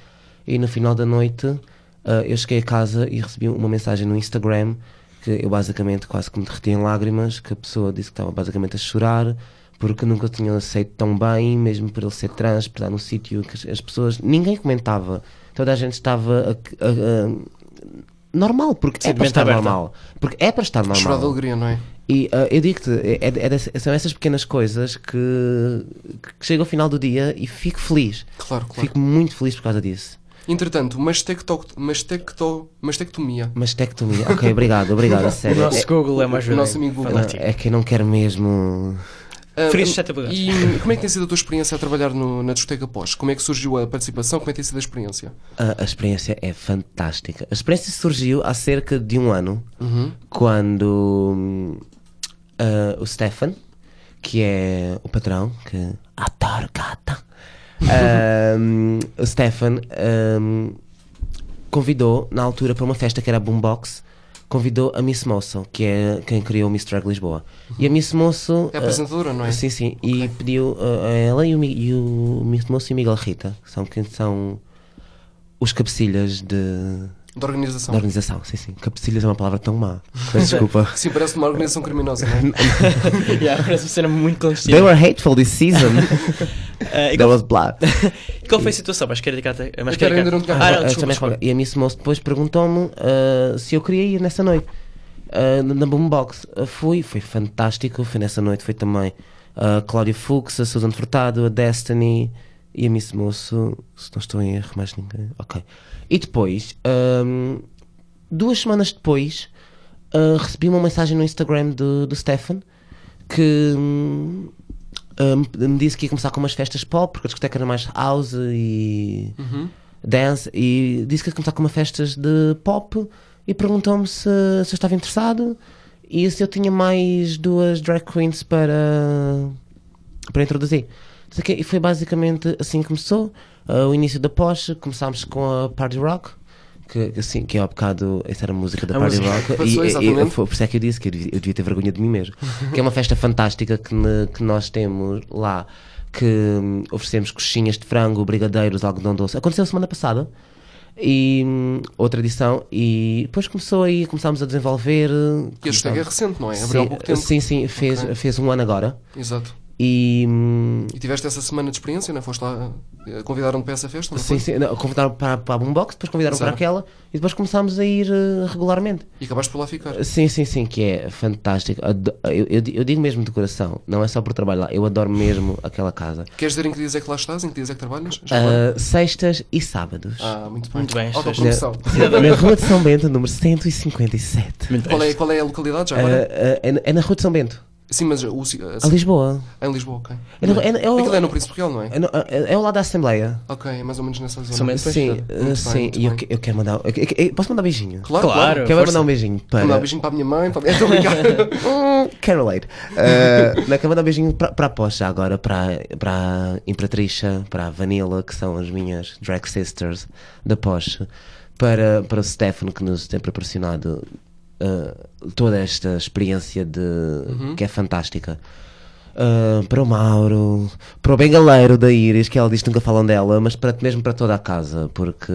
e no final da noite ah, eu cheguei a casa e recebi uma mensagem no Instagram que eu basicamente quase que me derreti em lágrimas, que a pessoa disse que estava basicamente a chorar porque nunca tinha aceito tão bem, mesmo por ele ser trans, por estar num sítio que as, as pessoas. ninguém comentava. Toda a gente estava a- a- a- normal, porque
Sim,
é
de
para
mente
estar
aberta.
normal. Porque é para estar
Chorar de
normal.
alegria, não é?
E ah, eu digo-te, é- é- é dessa- são essas pequenas coisas que, que chego ao final do dia e fico feliz.
Claro, claro.
Fico muito feliz por causa disso.
Entretanto, mastecto- mastecto- mastectomia.
Mas tectomia, ok, obrigado, obrigado, a
O
sério.
nosso Google é mais
o nosso amigo Google.
Fantástico.
É, é que eu não quero mesmo.
Ah, ah,
Ferias suscetibilidades.
E como é que tem sido a tua experiência a trabalhar no- na discoteca pós? Como é que surgiu a participação? Como é que tem sido a experiência?
A, a experiência é fantástica. A experiência surgiu há cerca de um ano,
Uhum.
quando hum, ah, o Stefan, que é o patrão, que ator gata, hum, o Stefan hum, convidou na altura para uma festa que era a Boombox. Convidou a Miss Moço, que é quem criou o Miss Drag Lisboa. E a Miss Moço.
É
ah,
apresentadora, não é?
Sim, sim. E pediu ah, a ela e o, Mi- e o Miss Moço e o Miguel Rita, que são quem são os cabecilhas de,
Da
da
Oh.
organização.
organização. Sim, sim. Cabecilhas é uma palavra tão má. Peço desculpa.
Sim, parece uma organização criminosa, não é?
Yeah, parece uma cena muito
They
clandestina.
were hateful this season.
Eh, e,
There
qual,
was blood.
e qual foi a situação? Mais caricata? Mais
Eu quero ainda não
caricata.
tinha-
Ah, não,
Ah,
desculpa,
também
desculpa.
fala- E a Miss Moço depois perguntou-me ah, se eu queria ir nessa noite ah, na Boombox. Ah, fui, foi fantástico. Foi nessa noite, foi também a Cláudia Fuchs, a Susan Furtado, a Destiny e a Miss Moço. Se não estou em erro, mais ninguém. Ok. E depois, um, ahm, duas semanas depois, ah, recebi uma mensagem no Instagram do, do Stefan que. hum, ah, me me disse que ia começar com umas festas pop, porque a discoteca era mais house e dance, e disse que ia começar com umas festas de pop e perguntou-me se, se eu estava interessado e se eu tinha mais duas drag queens para, para introduzir. Não sei o quê, E foi basicamente assim que começou ah, o início da Porsche. Começámos com a Party Rock. Que, que assim, que é ao bocado, essa era a música da
A
Party
música
Rock.
passou,
e- e- e,
exatamente.
foi- por isso é que eu disse que eu devia, eu devia ter vergonha de mim mesmo. que é uma festa fantástica que, ne- que nós temos lá, que hum, oferecemos coxinhas de frango, brigadeiros, algodão doce. Aconteceu semana passada. E hum, outra edição. E depois começou aí, começámos a desenvolver.
E a hashtag é recente, não é? Abriu há pouco tempo.
Sim, sim, fez,
Ok.
fez um ano agora.
Exato.
E. hum,
E tiveste essa semana de experiência, não é? Foste lá, eh, convidaram-te para essa festa, não foi?
Sim, sim, não, convidaram para, para a Boombox, depois convidaram
Exato.
para aquela e depois começámos a ir eh, regularmente.
E acabaste por lá ficar.
Sim, sim, sim, que é fantástico. Ado- Eu, eu di- eu digo mesmo de coração, não é só por trabalho lá, eu adoro mesmo aquela casa.
Queres dizer em que dias é que lá estás, em que dias é que trabalhas? Já agora?
Ah, sextas e sábados.
ah, muito bem.
Muito bem,
Na,
Autopromoção.
na Rua de São Bento, número 157.
Muito
Qual
bem.
é, qual é a localidade já
Ah,
agora?
ah, é, na- é na Rua de São Bento,
Sim, mas o, si- ah,
a Lisboa.
em Lisboa, ok.
É, na- é, na- é, o-
Aquilo é no Príncipe Real, não é?
é no- é- é o lado da Assembleia.
Ok, é mais ou menos nessa zona.
São Bento,
Sim,
Muito
ah,
bem,
sim,
muito
e eu,
bem.
que- eu quero mandar. eu- eu- eu quero mandar beijinho.
Claro, claro.
Claro.
Quero
força.
mandar um beijinho para.
Mandar um beijinho para a minha mãe, para a minha... Estou a brincar.
Hum, Caroline. Uh, na cama dá um beijinho para a Pocha agora, para a Imperatrixa, para a Vanilla, que são as minhas drag sisters da Pocha, para, para o Stefano, que nos tem proporcionado uh, toda esta experiência de, que é fantástica. Uh, para o Mauro, para o bengaleiro da Iris, que ela diz que nunca falam dela, mas para, mesmo para toda a casa, porque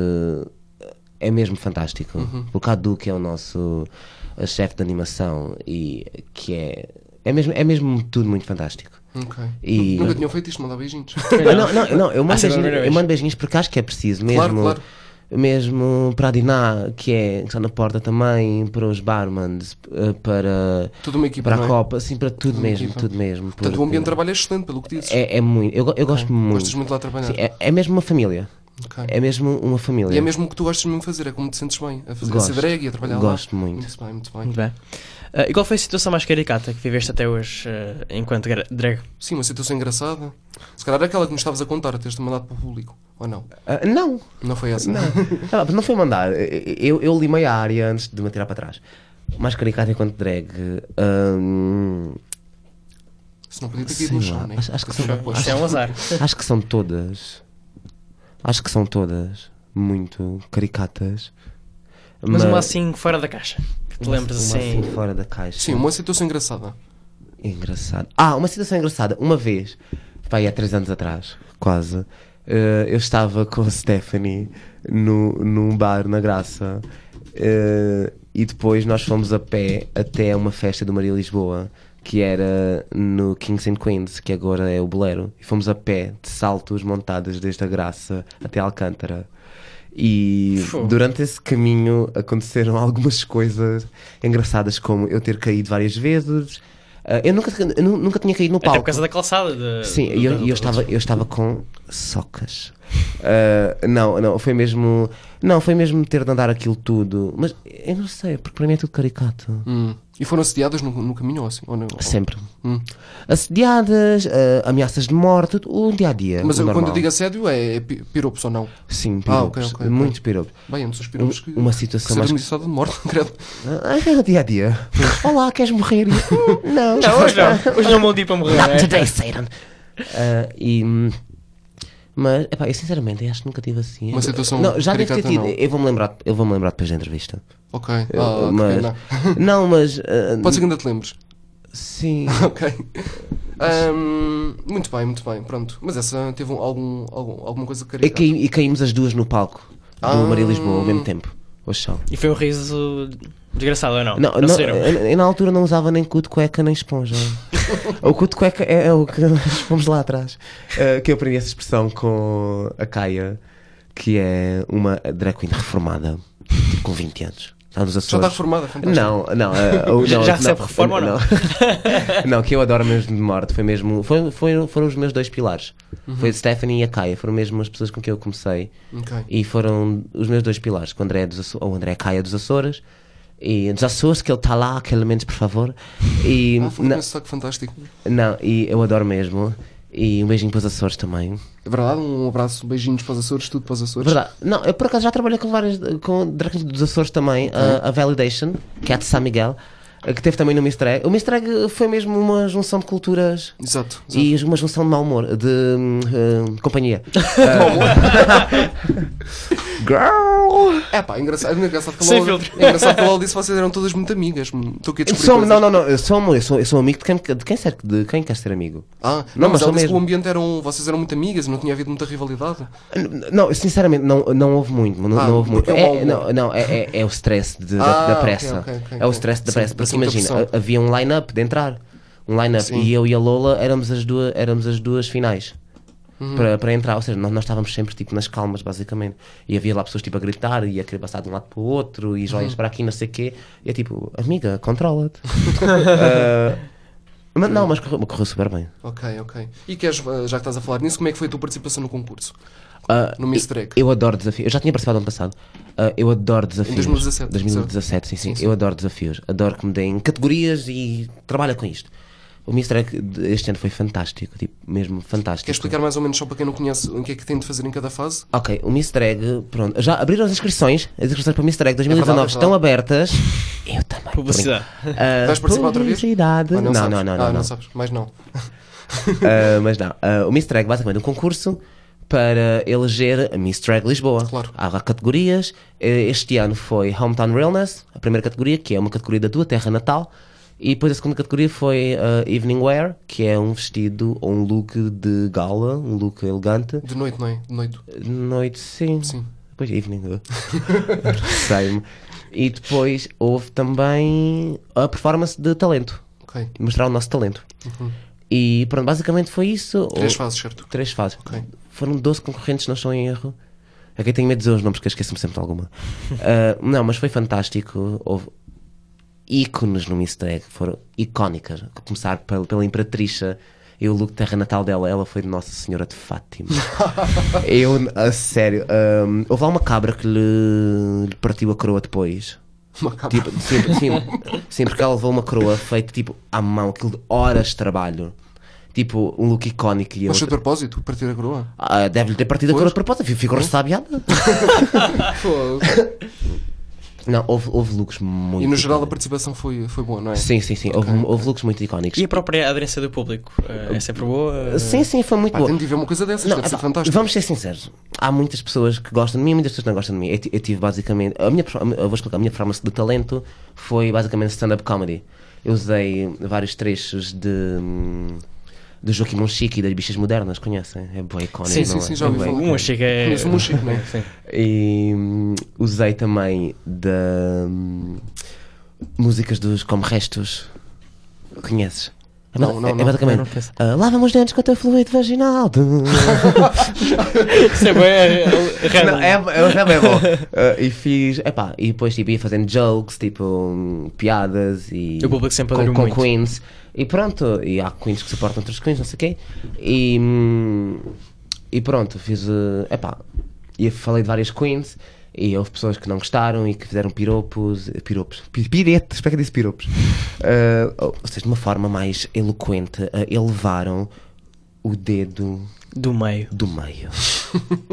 é mesmo fantástico.
Uhum.
O Cadu, que é o nosso uh, chefe de animação, e que é. É mesmo, é mesmo tudo muito fantástico.
Ok.
E-
Nunca tinham feito isto, mandar beijinhos.
Ah, Não, não, não, eu mando,
Essa é a primeira
beijinhos, eu
vez.
mando beijinhos porque acho que é preciso mesmo.
Claro, claro.
Mesmo para a Diná, que, é, que está na porta também, para os barmans, eh, para,
Tudo uma equipa,
para
não
a
é?
Copa, sim, para tudo
Uma
mesmo,
equipa.
tudo mesmo.
Portanto, o ambiente de
porque
trabalho é excelente, pelo que dizes.
é, é muito, eu, go- eu gosto muito.
Gostas muito de lá trabalhar.
Sim, é, é mesmo uma família.
Ok.
É mesmo uma família.
E é mesmo o que tu gostas mesmo de fazer, é como te sentes bem, a fazer
Gosto.
essa drag e a trabalhar lá.
Gosto muito.
Muito bem, muito bem.
Muito bem. Ah, e qual foi a situação mais caricata que viveste até hoje ah, enquanto gra- drag?
Sim, uma situação engraçada. Se calhar é aquela que me estavas a contar, teres-te mandado para o público, ou não?
Ah, não,
Não foi essa?
Ah, mas não foi mandar. Eu, eu limei a área antes de me atirar para trás. Mais caricata enquanto drag. hum,
Se não podia ter caído no
Sei lá,
chão, né?
acho- acho que são-
Pois.
Isso é um azar.
acho que são todas. Acho que são todas muito caricatas.
Mas uma assim fora da caixa. Que te lembras
uma
assim.
fora da caixa.
Sim, uma situação engraçada.
Engraçado. Ah, uma situação engraçada. Uma vez, pá, aí há três anos atrás, quase, eh, eu estava com a Stephanie no, num bar na Graça eh, e depois nós fomos a pé até uma festa do Maria Lisboa que era no Kings and Queens, que agora é o Bolero, e fomos a pé de saltos montados desde a Graça até Alcântara. E
Fogo.
durante esse caminho aconteceram algumas coisas engraçadas, como eu ter caído várias vezes. Ah, eu, nunca, eu nu- nunca tinha caído no
Até
palco.
por causa da calçada. De,
Sim,
do-
e eu,
do-
e eu, estava, eu estava com socas. Ah, não, não, foi mesmo. Não, foi mesmo ter de andar aquilo tudo. Mas eu não sei, porque para mim é tudo caricato.
Hum. E foram assediadas no, no caminho ou assim? Ou não?
Sempre. Hum. Assediadas, ah, ameaças de morte, tudo, o dia a dia.
Mas eu-
normal.
quando eu digo assédio é, é pi- piropos ou não?
Sim,
Ah, ok,
piropos.
ok, ok.
muitos piropos.
Bem, é um antes os piropos que.
uma situação
que
mais-
mais. de morte, credo.
Ah, É o dia a dia. Olá, queres morrer? Hum, não.
Não, hoje não. Hoje não vou dia para morrer.
Not
né?
today, Satan. Ah, e, hum, mas, epá, eu sinceramente eu acho que nunca tive assim.
Uma situação
Não, já deve ter
caricata,
tido.
não.
Eu vou-me lembrar, eu vou lembrar depois da entrevista.
Ok.
Eu-
Ah, que
É, mas,
pena.
não, mas. ah,
Pode ser que ainda te lembres.
Sim.
Ok. Ahm, muito bem, muito bem, pronto. Mas essa teve um- algum, algum- alguma coisa
E,
caricata.
caí- e caímos as duas no palco do
Ah.
Maria Lisboa ao mesmo tempo. Oxal.
E foi um riso desgraçado ou não?
Não, não, eh,
sei,
eu, eu na altura não usava nem cu de cueca nem esponja. o cu de cueca é, é o que nós fomos lá atrás. Eh, que eu aprendi essa expressão com a Caia, que é uma drag queen reformada, tipo, com 20 anos. Está nos
Já está
Açores.
reformada, fantástico.
Não, não, eh, o-
Já-
não,
já
não,
recebe reforma ou não?
não, que eu adoro mesmo de morte. Foi mesmo, foi, foi- foram os meus dois pilares.
Uhum.
Foi a Stephanie e a Caia. Foram mesmo as pessoas com quem eu comecei.
Ok.
E foram os meus dois pilares, com o André, é dos Aço- ou André Caia dos Açores. E dos Açores, que ele está lá, aquele menos, por favor. E,
Ah, foi
não,
um sotaque fantástico.
não, e eu adoro mesmo. E um beijinho para os Açores também.
É verdade, um abraço, beijinhos para os Açores, tudo para os Açores.
Verdade. Não, eu por acaso já trabalhei com várias. com drags dos Açores também. A, a Validation, que é de São Miguel, a que teve também no Mr. Egg. O Mr. Egg foi mesmo uma junção de culturas.
Exato. exato.
E uma junção de mau humor, Eh, de hum, hum, companhia. Girl! Oh!
É pá, engraçado, engraçado que a
Sem
Lola, é
filtro.
engraçado que a Lola disse vocês eram todas muito amigas. Estou aqui a descobrir.
Sou,
coisas.
não, não, não, eu sou, um, eu sou, eu sou amigo de quem, de quem, ser, de quem quer ser amigo.
Ah, não,
Não, mas
mas
sou
ela disse que o
mesmo.
ambiente eram. Vocês eram muito amigas e não tinha havido muita rivalidade.
N- Não, sinceramente, não, não houve muito. Não,
Ah,
não houve muito.
porque é um mau
É, não,
humor.
não, é, é- é o stress de-
Ah,
da, da
ok,
pressa.
ok, ok,
É o
ok.
stress da
Sim,
pressa. Porque
sim, muita
imagina,
pressão.
ha- havia um line-up de entrar. Um line-up.
Sim.
E eu e a Lola éramos as duas, éramos as duas finais.
Uhum.
Para, para entrar, ou seja, nós, nós estávamos sempre tipo nas calmas, basicamente. E havia lá pessoas tipo a gritar e a querer passar de um lado para o outro e
Uhum.
joias para aqui, não sei o quê. E é tipo, amiga, controla-te. Ah, mas não, mas correu, correu super bem.
Ok, ok. E queres, eh, já que estás a falar nisso, como é que foi a tua participação no concurso?
Ah,
No Miss Drag?
Eu adoro desafios. Eu já tinha participado ano passado. Ah, eu adoro desafios.
2017,
2017, sim, sim, Eu adoro desafios. Adoro que me deem categorias e trabalho com isto. O Mr. Egg de- este ano foi fantástico, tipo, mesmo fantástico.
Queres explicar mais ou menos só para quem não conhece o que é que tem de fazer em cada fase?
Ok, o Mr. Egg, pronto. Já abriram as inscrições. As inscrições para o Mr. Egg 2019
É verdade, é
estão abertas. Eu também.
Publicidade.
Uh,
Vais participar outra vez?
Publicidade.
Ah,
não, não,
sabes.
não, não,
Ah,
não.
sabes. Mas não.
Ah, mas não. Ah, o Miss Drag, basicamente, um concurso para eleger a Miss Drag Lisboa.
Claro.
Há lá categorias. Eh, Este ano foi Hometown Realness, a primeira categoria, que é uma categoria da tua terra natal. E depois a segunda categoria foi ah, Evening Wear, que é um vestido ou um look de gala, um look elegante.
De noite, não é? De noite.
Noite, sim.
Sim.
Pois, Evening. Sei-me. E depois houve também a performance de talento.
Ok.
Mostrar o nosso talento. E pronto, basicamente foi isso.
Uhum. Três
Ou-
fases, certo?
Três fases. Foram 12 concorrentes, não estou em erro. A quem tenho medo de dizer os nomes, porque eu esqueço-me sempre de alguma. Ah, não, mas foi fantástico. Houve ícones no Miss Drag, foram icónicas. A começar pela, pela Imperatrixa. Eu, o look de terra natal dela, ela foi de Nossa Senhora de Fátima. eu, a sério. ah, houve lá uma cabra que lhe, lhe partiu a coroa depois.
Uma cabra.
Tipo, sempre, sempre, sempre que ela levou uma coroa feita tipo à mão, aquilo de horas de trabalho. Tipo, um look icónico
Mas
e outra-
foi de propósito, partir a coroa.
ah, Deve-lhe ter partido a coroa de propósito, fi- ficou ressabiada. Não, houve, houve looks muito.
E no geral a
icónicos.
participação foi, foi boa, não é?
Sim, sim, sim, houve, houve looks muito icónicos. Ah,
E a própria aderência do público? eh, é sempre boa?
Sim, sim, foi muito
Pá, Ah,
boa.
tem de ver uma coisa dessas,
Não,
deve ser
epá,
fantástico.
Vamos ser sinceros. Há muitas pessoas que gostam de mim e muitas pessoas que não gostam de mim. Eu, ti- eu tive basicamente. A minha, perfor- eu vou explicar, a minha performance de talento foi basicamente stand-up comedy. Eu usei vários trechos de. hum, Do Joaquim Monchique e das Bichas Modernas, conhecem? É bem icónico.
Sim, sim,
não é?
sim, já
É
ouvi
bué
falar.
Um chega é.
Conheço um Chico, não é?
Sim.
E hum, usei também da hum, músicas dos Como Restos. Conheces? É ba-
Não, não,
é,
não.
basicamente.
Não, não conheço.
ah, Lava-me os dentes com o teu fluido vaginal.
Isso é bem. é- é
Não,
random.
é, é, é bem bom. Ah, e fiz. Epá, e depois tipo, ia fazendo jokes, tipo, hum, piadas e.
O público sempre
com,
adorou
com
muito.
queens. E pronto, e há queens que suportam outras queens, não sei o quê. E. hum, E pronto, fiz. eh, Epá, e eu falei de várias queens. E houve pessoas que não gostaram e que fizeram piropos. eh, Piropos. pi- Piretes, espera que eu disse piropos. Ah, ou ou seja, de uma forma mais eloquente, ah, elevaram o dedo
Do meio.
do meio.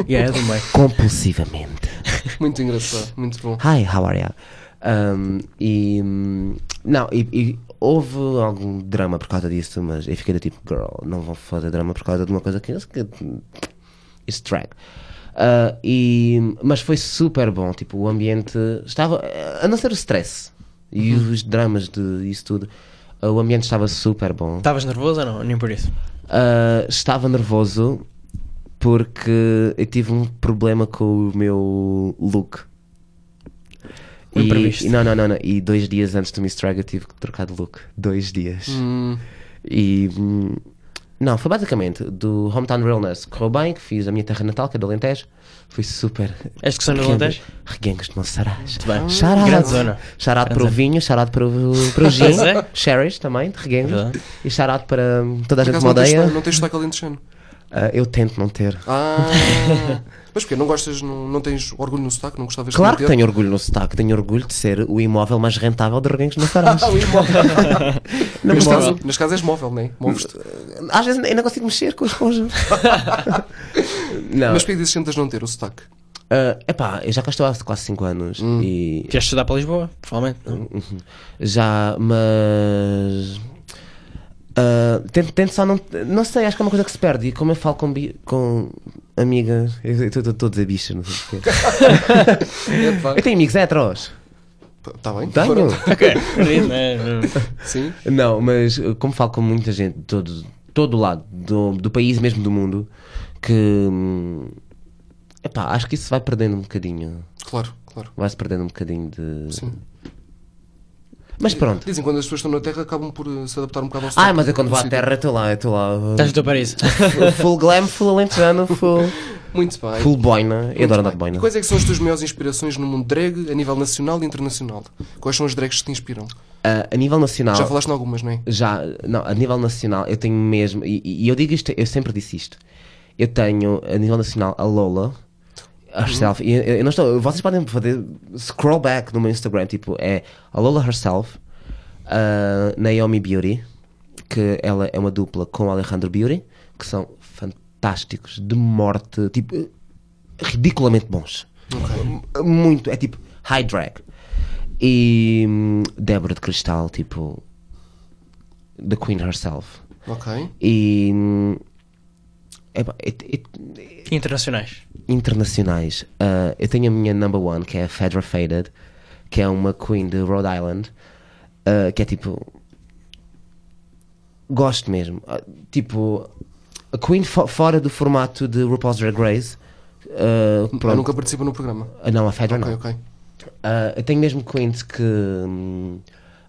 Yeah, é do meio.
Compulsivamente.
Muito engraçado, muito bom.
Hi, how are you? Um, e hum, não, e, e houve algum drama por causa disso, mas eu fiquei do tipo, girl, não vão fazer drama por causa de uma coisa que que- it's drag. Ah, e, mas foi super bom, tipo, o ambiente estava, a não ser o stress e os dramas de isso tudo, ah, o ambiente estava super bom.
Estavas nervoso ou não? Nem por isso.
Ah, estava nervoso porque eu tive um problema com o meu look.
Um imprevisto.
E, não, não, não, não. E dois dias antes do Miss Drag eu tive que trocar de look. Dois dias.
Hum,
E. hum, Não, foi basicamente do Hometown Realness. Correu bem, que fiz a minha terra natal, que é do Alentejo. Foi super.
És que são no Alentejo?
Reguengos de Monsaraz.
bem.
Shout out.
Grande zona.
Shout out
Grande
para o
zona.
vinho, shout out para o, para o gin.
Pois é.
Sherry's também, de Reguengos.
Verdade.
E shout out para hum, toda a
por
gente
acaso
que me
não tens,
odeia.
sotaque- não tens sotaque alentejano.
Ah, eu tento não ter.
Ah, mas porquê? Não gostas, não, não tens orgulho no sotaque? Não gostavas
Claro
de
que
meter?
tenho orgulho no sotaque, tenho orgulho de ser o imóvel mais rentável de Reguengos de Monsaraz.
Ah, o imóvel.
Não
Mas
posso.
estás- Mas caso és móvel, não é? Moves-te.
Às vezes ainda consigo mexer com a esponja. não,
Mas porquê é que dizes que tentas não ter o sotaque?
ah, epá, eu já cá estou há quase 5 anos
Hum.
e
Queres estudar para Lisboa? Provavelmente. não?
já, mas ah, Não, tento, tento só não. Não sei, acho que é uma coisa que se perde. E como eu falo com, bi- com amigas. Eu estou a dizer bicha, não sei porquê.
É,
Eu tenho amigos heteros.
Está tá bem?
É Tenho.
Pronto.
Ok. né? Mas
Sim.
Não, mas eh, como falo com muita gente de todo, todo o lado, do, do país mesmo do mundo, que. hum, Epá, acho que isso vai perdendo um bocadinho.
Claro, claro.
Vai-se perdendo um bocadinho de.
Sim.
Mas pronto.
Dizem que quando as pessoas estão na Terra acabam por eh, se adaptar um bocado ao
Ah,
sotaque
mas eu quando
do
vou à
sítio.
terra, estou lá, estou lá.
Estás no teu Paris.
eh, Full glam, full alentejano, full.
Muito bem.
Full boina. Eu
Muito
adoro andar
bem.
de
E
boina.
Quais é que são as tuas maiores inspirações no mundo drag a nível nacional e internacional? Quais são os drags que te inspiram?
Ah, a nível nacional.
Já falaste em algumas, não é?
já não, a nível nacional eu tenho mesmo e, e- e eu digo isto eu sempre disse isto eu tenho a nível nacional a Lola herself e eu, eu não estou vocês podem fazer scroll back no meu Instagram tipo é a Lola herself a Naomi Beauty que ela é uma dupla com o Alejandro Beauty que são fantásticos de morte tipo eh, ridiculamente bons M- muito é tipo high drag e hum, Débora de Cristal tipo the queen herself.
Ok.
E. hum, é epá, it- it-
Internacionais.
é internacionais. ah, eu tenho a minha number one, que é a Fedra Faded, que é uma queen de Rhode Island, ah, que é tipo. Gosto mesmo. Ah, tipo. A queen fo- fora do formato de RuPaul's Drag Race. ah,
Eu
pronto.
nunca participo no programa.
Ah, Não, a Fedra
Ok,
não.
ok.
Ah, eu tenho mesmo queens que hum,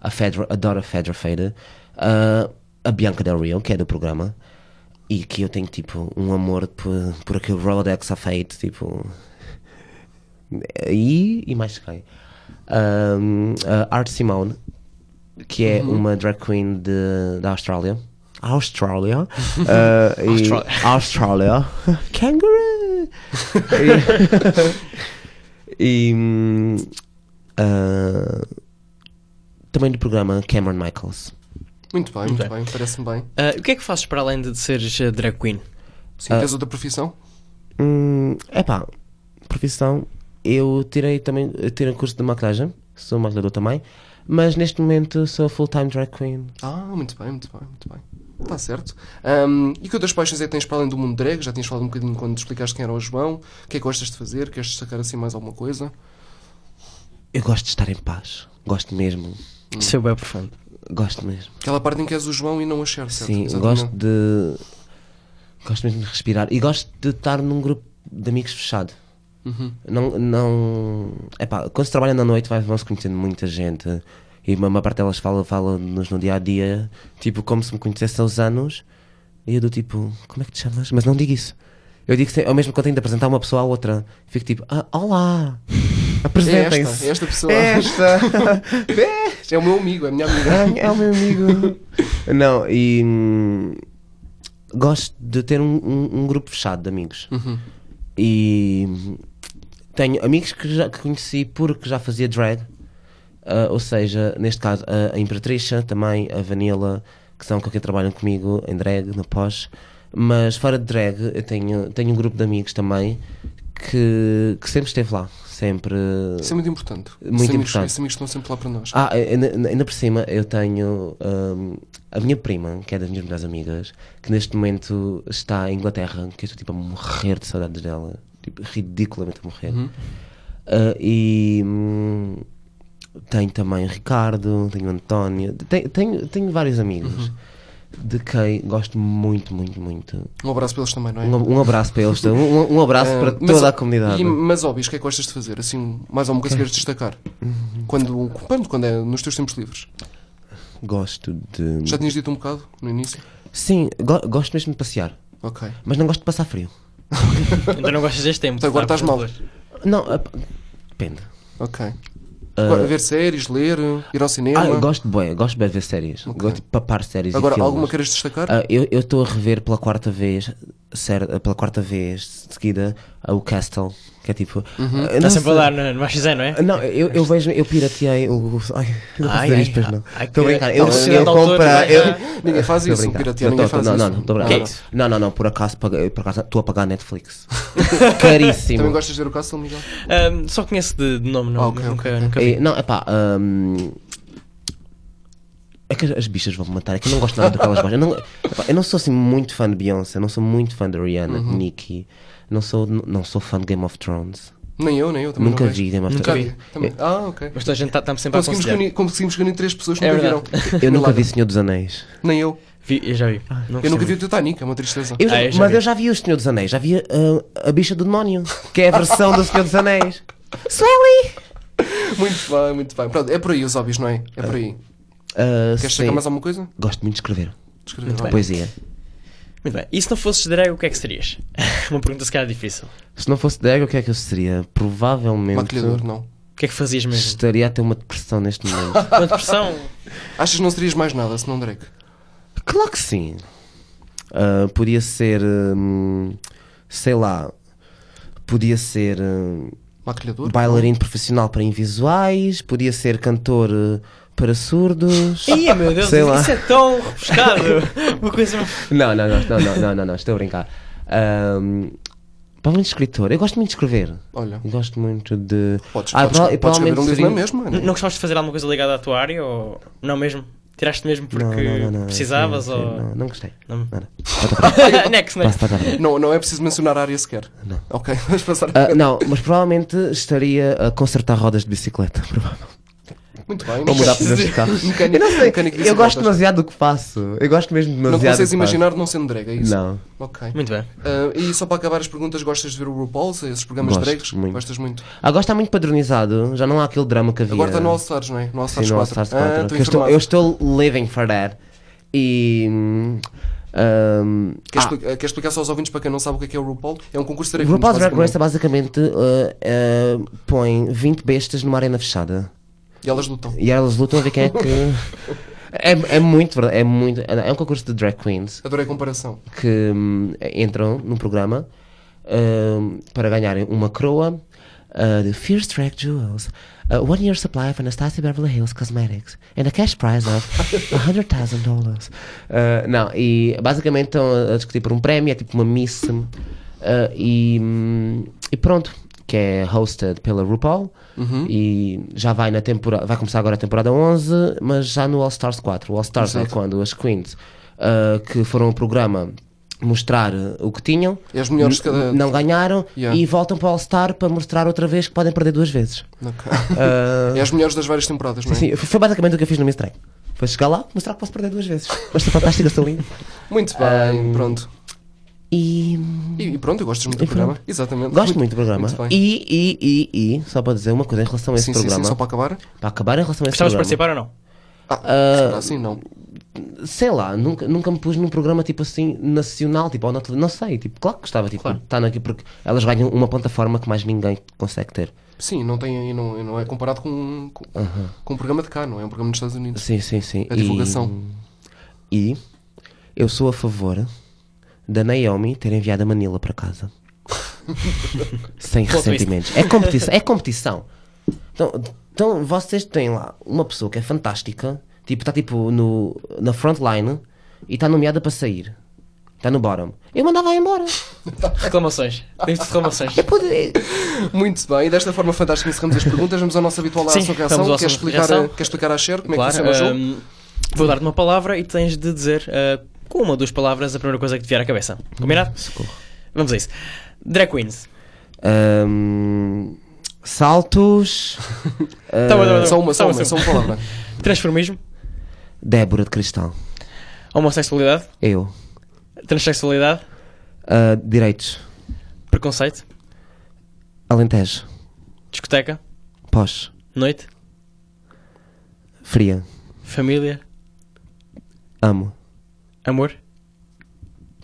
a Fedra, adoro a Fedra Feira, ah, a Bianca Del Rio, que é do programa, e que eu tenho tipo um amor por, por aquele Rolodex a feito, tipo. E, e mais quem? Ahm, a Art Simone, que é uma drag queen de, da Austrália. Austrália. Ah, e-
Austrália.
Austrália. Kangaroo! E- e. hum, ah, também do programa Cameron Michaels.
Muito bem, muito
bem.
bem. Parece-me bem.
Ah, o que é que fazes para além de seres eh, drag queen?
Ah.
Sim, tens outra profissão?
Hum, epá, profissão. Eu tirei também eu tirei um curso de maquilhagem, sou maquilhador também, mas neste momento sou full-time drag queen.
Ah, muito bem, muito bem, muito bem. Está certo. Ahm, e que outras paixões é que tens para além do mundo drag? Já tinhas falado um bocadinho quando explicaste quem era o João. O que é que gostas de fazer? Queres destacar assim mais alguma coisa?
Eu gosto de estar em paz, gosto mesmo,
Isso é bem profundo.
gosto mesmo.
Aquela parte em que és o João e não a Cher, certo?
Sim,
Exatamente.
gosto de. Gosto mesmo de respirar e gosto de estar num grupo de amigos fechado.
Uhum.
Não, não. Epá, quando se trabalha na noite vai- vão-se conhecendo muita gente e uma, uma parte delas fala- fala-nos no dia a dia, tipo como se me conhecesse aos anos. E eu do tipo, como é que te chamas? Mas não digo isso. Eu digo sempre, ao mesmo quando tenho de apresentar uma pessoa à outra, fico tipo, ah, olá!
É esta,
Apresentem-se!
é esta pessoa.
esta.
É o meu amigo, é a minha amiga.
Ah, é o meu amigo. Não, e. hum, Gosto de ter um, um- um grupo fechado de amigos. E. hum, Tenho amigos que já que conheci porque já fazia drag. ah, ou seja, neste caso, a, a Imperatrixa, também a Vanilla, que são com quem trabalham comigo em drag, na pós. Mas fora de drag, eu tenho, tenho um grupo de amigos também que, que sempre esteve lá. Sempre.
Isso é muito importante. Esses
Muito
amigos-
importante.
Esses amigos estão sempre lá para nós.
Ah, ainda, ainda por cima eu tenho hum, a minha prima, que é das minhas melhores amigas, que neste momento está em Inglaterra, que eu estou tipo a morrer de saudades dela, tipo, ridiculamente a morrer.
Uhum.
Ah, e hum, tenho também o Ricardo, tenho o António, tenho, tenho, tenho vários amigos
Uhum.
de quem gosto muito, muito, muito.
Um abraço para eles também, não é?
Um, um abraço para eles, um, um abraço
Ah,
para
mas-
toda a comunidade.
E, mas óbvio, o que é que gostas de fazer? Assim, mais alguma coisa que queres destacar?
Uhum.
Quando, quando, quando é nos teus tempos livres?
Gosto de.
Já tinhas dito um bocado no início?
Sim, go- gosto mesmo de passear,
Ok.
mas não gosto de passar frio.
Então não gostas deste tempo.
Então agora
Tá,
estás mal.
por
Não, ah, p- depende.
Ok.
Ah,
Agora, ver séries, ler, ir ao cinema.
ah, eu gosto bem, eu gosto bem de ver séries. Gosto de papar séries. e
Agora,
filmes.
alguma queres destacar?
Ah, eu eu estou a rever pela quarta vez, sério, pela quarta vez seguida, ah, o Castle, que é tipo. ah,
Está
não
Uhum. Tá sempre
sei.
a dar no, no XZ, não é?
Ah, Não, eu, eu vejo, eu pirateei o. o- Ai, eu não posso
Ai,
dizer
ai,
isto, pois não.
ai,
Estou a
que-
brincar. Eu,
talvez
eu
chegando à altura,
comprar.
vai
Eu...
já-
Ninguém faz
Estou a
isso,
brincar.
piratear,
Eu
ninguém
estou-
faz
não,
isso.
Não, não, estou a
Que é
brincar.
isso?
não, não, não, por acaso, paguei- por acaso estou a pagar Netflix. Caríssimo.
Também gostas de ver o Castle, Miguel?
Ahm, Ah, só conheço de, de nome, não,
É,
Ah, ok,
nunca,
ok.
nunca vi.
Eh, Não, é pá. hum, É que as- as bichas vão me matar, é que eu não gosto nada do que elas gostam. Eu não, epá, eu não sou assim muito fã de Beyoncé, não sou muito fã de Rihanna,
Uhum.
de Nicki, não sou, não, não sou fã de Game of Thrones.
Nem eu, nem eu também.
Nunca
não vejo.
vi Game of
Nunca
Nunca
Thrones.
vi. Também. Ah, ok. Então
Mas toda a gente está sempre a
Conseguimos
aconselhar.
reunir, conseguimos reunir três pessoas que
É
nunca viram.
verdade.
Eu nunca
Milagre.
vi Senhor dos Anéis.
Nem eu.
Vi- eu já vi. Não
Ah, Eu nunca vi
gostei
o Titanic, é uma tristeza.
Eu já-
Ah, eu já
mas
vi.
eu já vi o Senhor dos Anéis, já vi ah, a bicha do demónio, que é a versão do Senhor dos Anéis. Swelly!
Muito bem, muito bem. Pronto, é por aí os óbvios, não é? É por aí.
Ah,
Queres
sim.
sacar mais alguma coisa? é?
Gosto muito de escrever.
Escreve lá.
Poesia.
muito. Muito bem. E se não fosses drag, o que é que serias? Uma pergunta se calhar difícil.
Se não fosse drag, o que é que eu seria? Provavelmente
Maquilhador, não.
O que é que fazias mesmo?
estaria a ter uma depressão neste momento.
Com depressão?
Achas que não serias mais nada senão Drake?
claro que sim. Ah, podia ser, hum, sei lá, podia ser hum,
Maquilhador?
bailarino profissional para invisuais, podia ser cantor eh, para surdos.
Ih, meu Deus,
Sei
isso
lá.
é tão rebuscado. Uma coisa.
Não, não, não, não, não, não, não, não, estou a brincar. Ahm, Para muito escritor, eu gosto muito de escrever.
Olha.
Eu gosto muito de.
Podes,
Ah,
podes,
prova-
podes escrever
provavelmente
um livro
seria-
na mesma.
N- Não gostavas de fazer alguma coisa ligada à tua área ou. Não mesmo? Tiraste mesmo porque
Não, não, não, não,
precisavas
não,
ou.
Não, não gostei.
Não.
Nada.
next,
Passa,
next.
passa, passa.
Não, não é preciso mencionar a área sequer.
Não.
Ok, vamos passar.
Ah, não, mas provavelmente estaria a consertar rodas de bicicleta, provavelmente.
Muito bem.
Ou mudar
mecânico-
pneus de carros.
Mecânico, mecânico de
Eu gosto
bicicletas.
demasiado do que faço. Eu gosto mesmo demasiado.
Não
do que
consegues
faço.
imaginar não sendo drag, é isso?
Não.
Ok.
Muito bem.
Ah, e só para acabar as perguntas, gostas de ver o RuPaul's, esses programas
Gosto
de drags?
muito.
Gostas muito.
Agora está muito padronizado, já não há aquele drama que havia.
Agora está no All Stars, não é? No All
ah, Sim,
Stars
no
4.
All Stars
Ah,
4.
estou
que eu, estou,
informado.
eu estou living for that. E. hum, hum,
Queres,
ah,
expli- ah, queres explicar só aos ouvintes para quem não sabe o que é, que é o RuPaul? É um concurso de
o
drag
RuPaul's
queens,
Drag Race é
basicamente.
basicamente uh, uh, põe 20 bestas numa arena fechada
E elas lutam.
e elas lutam a ver quem é que. é, é muito verdade, é muito. É um concurso de drag queens
Adorei a comparação.
que hum, entram num programa hum, para ganharem uma coroa uh, de Fierce Track Jewels, uh, one year supply of Anastasia Beverly Hills Cosmetics and a cash prize of $100,000. Uh, não, e basicamente estão a a discutir por um prémio, é tipo uma miss hum, uh, e, hum, e pronto, que é hosted pela RuPaul e já vai na temporada, vai começar agora a temporada 11, mas já no All Stars 4. O All Stars é
Exato.
quando as queens ah, que foram ao programa mostrar ah, o que tinham
E as melhores de cada.
n- não ganharam
Yeah.
e voltam para o All Star para mostrar outra vez que podem perder duas vezes.
Ok.
Ah,
É as melhores das várias temporadas, não é?
sim, foi basicamente o que eu fiz no Miss Train. Foi chegar lá, mostrar que posso perder duas vezes. Mas estou fantástica, sou lindo.
Muito bem, pronto.
E
E, e pronto, eu gosto muito do
e pronto.
programa. Exatamente.
gosto muito do programa.
Muito bem.
e, e, e, e, só para dizer uma coisa em relação a esse
sim, sim,
programa.
sim, só para acabar.
para acabar em relação a esse
Gostavas de
programa.
participar ou não?
Ah, assim não.
sei lá, nunca, nunca me pus num programa tipo assim, nacional, tipo, ou na tele- não sei, tipo, claro que gostava, tipo,
Claro.
estar aqui porque elas ganham uma plataforma que mais ninguém consegue ter.
Sim, não tem, e não, e não é comparado com, com, com um programa de cá, não é um programa dos Estados Unidos.
Sim, sim, sim.
A divulgação.
E, e eu sou a favor da Naomi ter enviado a Manila para casa. Sem
Plot twist.
ressentimentos. É competição, é competição. Então, então vocês têm lá uma pessoa que é fantástica, tipo, está tipo no, na frontline e está nomeada para sair. Está no bottom. Eu mandava embora.
Reclamações. Tens reclamações.
é
Eu poderia.
Muito bem, e desta forma fantástica encerramos as perguntas. Vamos ao nosso habitual à
Sim,
sua reação.
vamos ao
Quer
ação
explicar,
reação.
a- quer explicar à Cher como é que
Claro.
funciona o jogo?
hum, vou dar-te uma palavra e tens de dizer ah, com uma ou duas palavras a primeira coisa que te vier à cabeça. Combinado? Vamos a isso. Drag Queens.
Ahm, saltos.
Tá bom, tá bom, tá
Uh, Só
bom.
uma, só uma, só uma palavra.
Transformismo.
Débora de Cristal.
Homossexualidade.
Eu.
Transsexualidade.
Ah, direitos.
Preconceito.
Alentejo.
Discoteca.
Pós.
Noite.
Fria.
Família.
Amo.
Amor.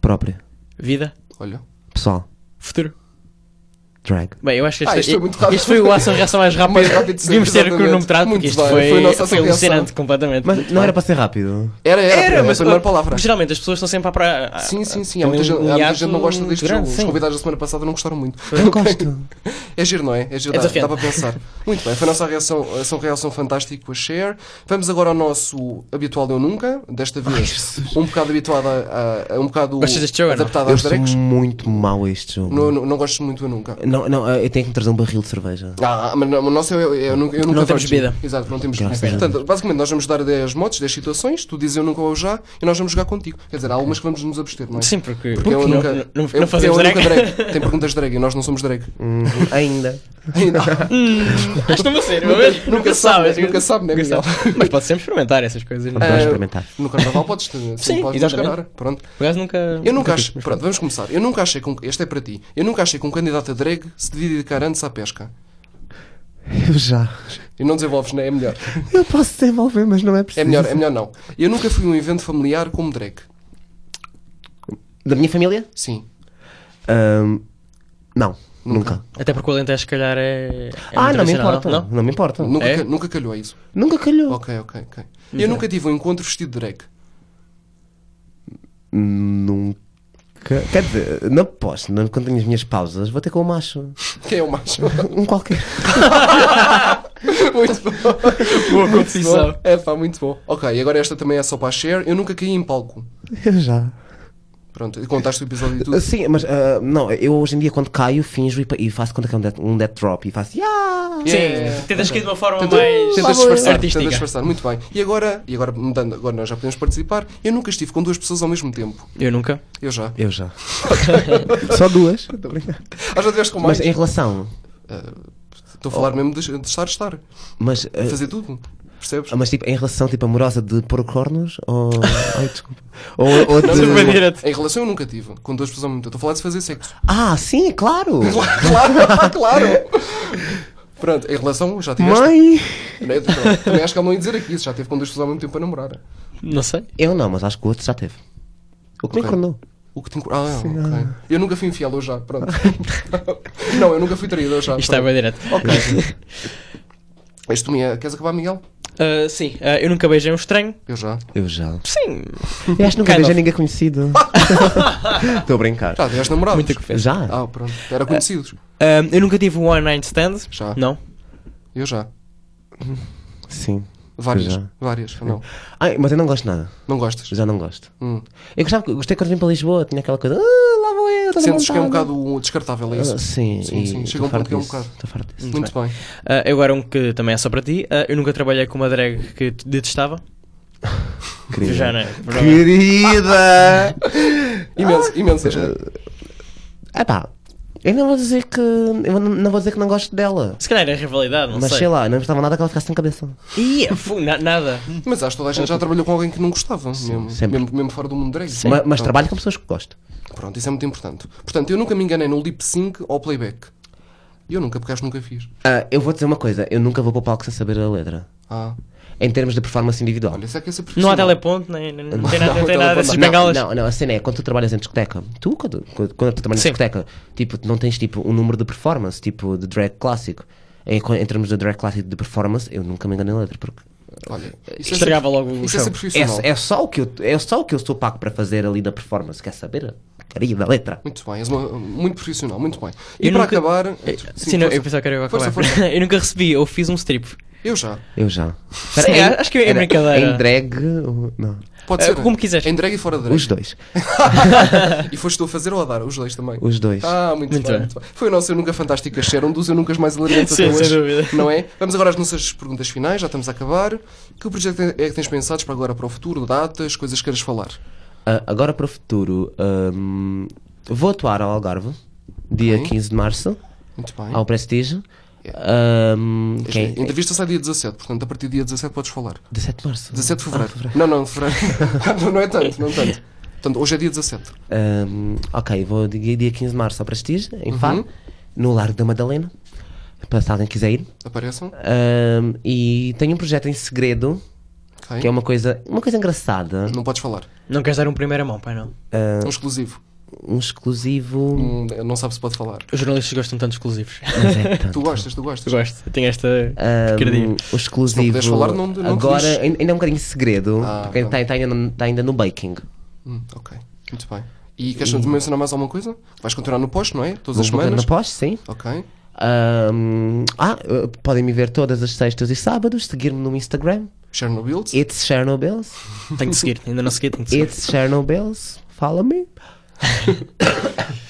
Própria.
Vida.
Olha.
Pessoal.
Futuro.
Drag.
Bem, eu acho que este,
Ah, isto foi muito rápido.
este foi o ação reação mais rápida.
Mais rápido de sempre,
Devíamos ter
exatamente.
cronometrado
Muito
porque isto
bem,
foi,
foi a nossa
foi
ação reação.
alucinante completamente.
Mas não era para ser rápido.
Era, era,
Era, mas
a primeira palavra.
Geralmente as pessoas estão sempre ah, à praia.
Sim, sim, sim. Há muita, gente, há muita gente que não gosta deste jogo. Os
um Sim.
convidados da semana passada não gostaram muito.
Eu gosto.
É giro, não é? É giro,
É
dá,
desafiante.
dá para pensar. Muito bem, foi a nossa reação, a sua reação fantástica com a Share. Vamos agora ao nosso habitual Eu Nunca, desta vez um bocado habituado a, a- a um bocado
Gostas deste jogo ou não?
adaptado
Eu
aos
sou um-
drags.
muito mau a este jogo.
Não, não, não gosto muito do Eu Nunca.
Não, Não, não, eu tenho que me trazer um barril de cerveja.
Ah, mas não, mas não sei, eu, eu, eu nunca eu nunca
Não
vou
temos
já.
bebida.
Exato, não temos
Graças
bebida.
a Deus.
Portanto, basicamente, nós vamos dar 10 motos, 10 situações, tu dizes eu nunca vou já e nós vamos jogar contigo. Quer dizer, há algumas que vamos nos abster, não é?
Sim, porque,
Porque eu nunca.
não, não,
eu-
não fazemos
eu
drag.
nunca drag. Tem perguntas drag e nós não somos drag.
Hum, ainda.
Ainda.
Acho que não vou ser, vou ver.
Nunca sabe, nunca sabe, né, Miguel?
Mas pode sempre experimentar essas coisas. não é?
Vamos
Eh,
experimentar.
No carnaval podes ter. Sim,
Sim,
podes
exatamente.
mascarar. Pronto.
Por acaso nunca.
Eu nunca achei. Pronto, vamos começar. Eu nunca achei que um, este é para ti. Eu nunca achei que um candidato a drag se devia dedicar antes à pesca.
Eu já.
E não desenvolves, né? É melhor.
Eu posso desenvolver, mas não é preciso.
É melhor, é melhor não. Eu nunca fui a um evento familiar como drag.
Da minha família?
Sim.
Ahm, não, nunca.
Até porque o Alentejo, se calhar, é. é
Ah, não me
internacional,
importa. Não,
Não?
não me importa. Nunca,
Nunca,
É?
ca- nunca calhou a isso.
calhou.
Ok, ok, ok. Eu nunca tive um encontro vestido de drag.
Nunca. Quer dizer, não posso, não, quando tenho as minhas pausas, vou ter com o macho.
Quem é o macho?
Um qualquer.
muito bom.
Boa
Muito bom. É pá, muito bom. Ok, e agora esta também é só para a share. Eu nunca caí em palco.
Eu já.
Pronto, e contaste o episódio e tudo.
Sim, mas ah, não, eu hoje em dia quando caio, finjo e, pa- e faço conta que é um death, um death drop e faço. "Ya!"
Sim,
Yeah.
tentas cair de uma forma
Tenta-
mais.
tentas disfarçar,
artística.
tentas disfarçar, muito bem. E agora, e agora mudando, agora nós já podemos participar. Eu nunca estive com duas pessoas ao mesmo tempo.
Eu nunca.
Eu já.
Eu já. Só duas. Tô brincando.
Ah, já tiveste com mais?
Mas em relação.
Estou a falar mesmo de, de estar, estar.
Mas, ah,
Fazer tudo. Percebes?
mas tipo, em relação tipo, amorosa de pôr cornos ou. Ai, desculpa. Ou, ou de-
Não, mas-
bandeira-te.
Em relação eu nunca tive, com duas pessoas ao mesmo tempo. Estou a falar de fazer sexo.
Ah, sim, claro!
Claro, claro. Pronto, em relação, já tiveste.
Mãe!
Né, pronto. Também acho que ele não ia dizer aqui, se já teve com duas pessoas ao mesmo tempo a namorar.
Não sei.
Eu não, mas acho que o outro já teve. O que
Ok.
me cornou.
O que te encor- Ah, ok. Eu nunca fui infiel, eu já, pronto. não, eu nunca fui traído, eu já.
Isto é
pronto.
bandeira-te.
Ok. Este também é- Queres acabar, Miguel?
Ah, sim, ah, eu nunca beijei um estranho.
Eu já.
Eu já.
Sim.
Eu acho que nunca
Kind
beijei
of.
ninguém conhecido. Estou a brincar.
Já tiveste namorados?
Muita confiança.
Já?
Ah, pronto. Era conhecidos.
Ah, eu nunca tive um one night stand.
Ah.
Já.
Não.
Eu já.
Sim.
Várias.
Já.
Várias. Não.
Ai, mas eu não gosto de nada.
Não gostas?
Já não gosto.
Hum.
Eu gostava, gostei quando vim para Lisboa, tinha aquela coisa. Ah, lá vou eu, toda
Sentes que é um
montada."
bocado descartável, é isso?
Ah, sim,
Sim,
e
sim,
tô
chega um ponto
farto
que é um
disso,
bocado.
tô farto disso.
Muito bem.
Ah, agora um que também é só para ti. Ah, eu nunca trabalhei com uma drag que te detestava.
Querida.
Já não é?
Querida!
Imenso, imenso.
Ah pá, eu não vou dizer que. Eu não, não vou dizer que não gosto dela.
Se calhar é rivalidade, não
mas sei.
sei.
lá, não gostava nada que ela ficasse sem cabeça.
Ih, fu, na- nada.
Mas acho que toda a gente já trabalhou com alguém que não gostava, mesmo,
sempre.
mesmo, mesmo fora do mundo drag.
Ma- mas
Pronto.
trabalho com pessoas que gosto.
Pronto, isso é muito importante. Portanto, eu nunca me enganei no lip sync ou playback. Eu nunca, porque acho que nunca fiz.
Ah, eu vou dizer uma coisa, eu nunca vou para o palco sem saber a letra.
Ah,
Em termos de performance individual.
olha, isso é que é ser
Não há
profissional.
teleponto, nem, nem- não tem nada,
Não,
não tem
teleponto
nada dessas
não.
bengalas.
Não, não, a cena é quando tu trabalhas em discoteca, tu quando, quando tu trabalhas
Sim.
em discoteca, tipo, tu não tens tipo um número de performance, tipo de drag clássico. Em, em termos de drag clássico de performance, eu nunca me enganei na letra, porque
Olha, isso é ser,
Estragava logo
isso
o
é
show.
ser profissional.
é, é só o que eu, é só o que eu sou pago para fazer ali na performance, quer saber? A carinha da letra.
Muito bem, és uma- muito profissional, muito bem. E
Eu
para
nunca-
acabar.
Eh,
Sim,
Sim, não,
força.
eu pensava que era eu a
Força,
acabar.
força.
Eu nunca recebi, eu fiz um strip.
Eu já.
Eu já.
Sim,
em-
acho que é
era
brincadeira.
Em drag, ou- não.
Pode
Eh,
ser.
como quiseres.
Em drag e fora de drag.
Os dois.
E foste tu a fazer ou a dar? Os dois também.
Os dois.
Ah, muito,
Muito
bem,
bem.
muito bem. Foi o nosso Eu Nunca Fantástico a ser, um dos Eu Nunca mais hilariantes
Sim,
até
sem
hoje.
dúvida.
Não é? Vamos agora às nossas perguntas finais, já estamos a acabar. Que projeto é que tens pensados para agora, para o futuro, datas, coisas que queiras falar?
Ah, agora para o futuro, hum, vou atuar ao Algarve, dia
Ok.
15 de março,
Muito bem.
ao Prestige. Hum,
Este- é A
quem-
entrevista sai dia 17, portanto, a partir do dia 17 podes falar.
17 de março.
17 de fevereiro.
Ah,
Não, não, de fevereiro. não, não é tanto, não tanto. Portanto, hoje é dia 17.
Hum, ok, vou dia dia 15 de março ao Prestige, em
Uhum.
Faro, no Largo da Madalena, para se alguém quiser ir.
Apareçam.
Hum, e tenho um projeto em segredo,
Ok.
que é uma coisa, uma coisa engraçada,
Não podes falar.
Não queres dar um primeira mão, pai, não.
Um exclusivo.
um exclusivo.
Hum, Não sabe se pode falar.
Os jornalistas gostam tanto de exclusivos.
Mas é tanto.
Tu gostas, tu gostas.
Eu gosto, eu tenho esta
Um,
um...
o exclusivo.
Se não puderes falar, não- não dizes.
agora, ainda ainda é um bocadinho segredo,
Ah,
porque está
pronto.
ainda, tá ainda no baking.
Hum, ok, muito bem. E queres mencionar mais alguma coisa? Vais continuar no posto, não é? Todas as
Vou colocar
semanas.
Na pós, sim.
Ok.
Um, ah, uh, podem me ver todas as sextas e sábados, seguir-me no Instagram.
Chernobyl.
It's Chernobyls.
Tenho de seguir, ainda não segui, tenho de seguir.
It's Chernobyls. Fala-me.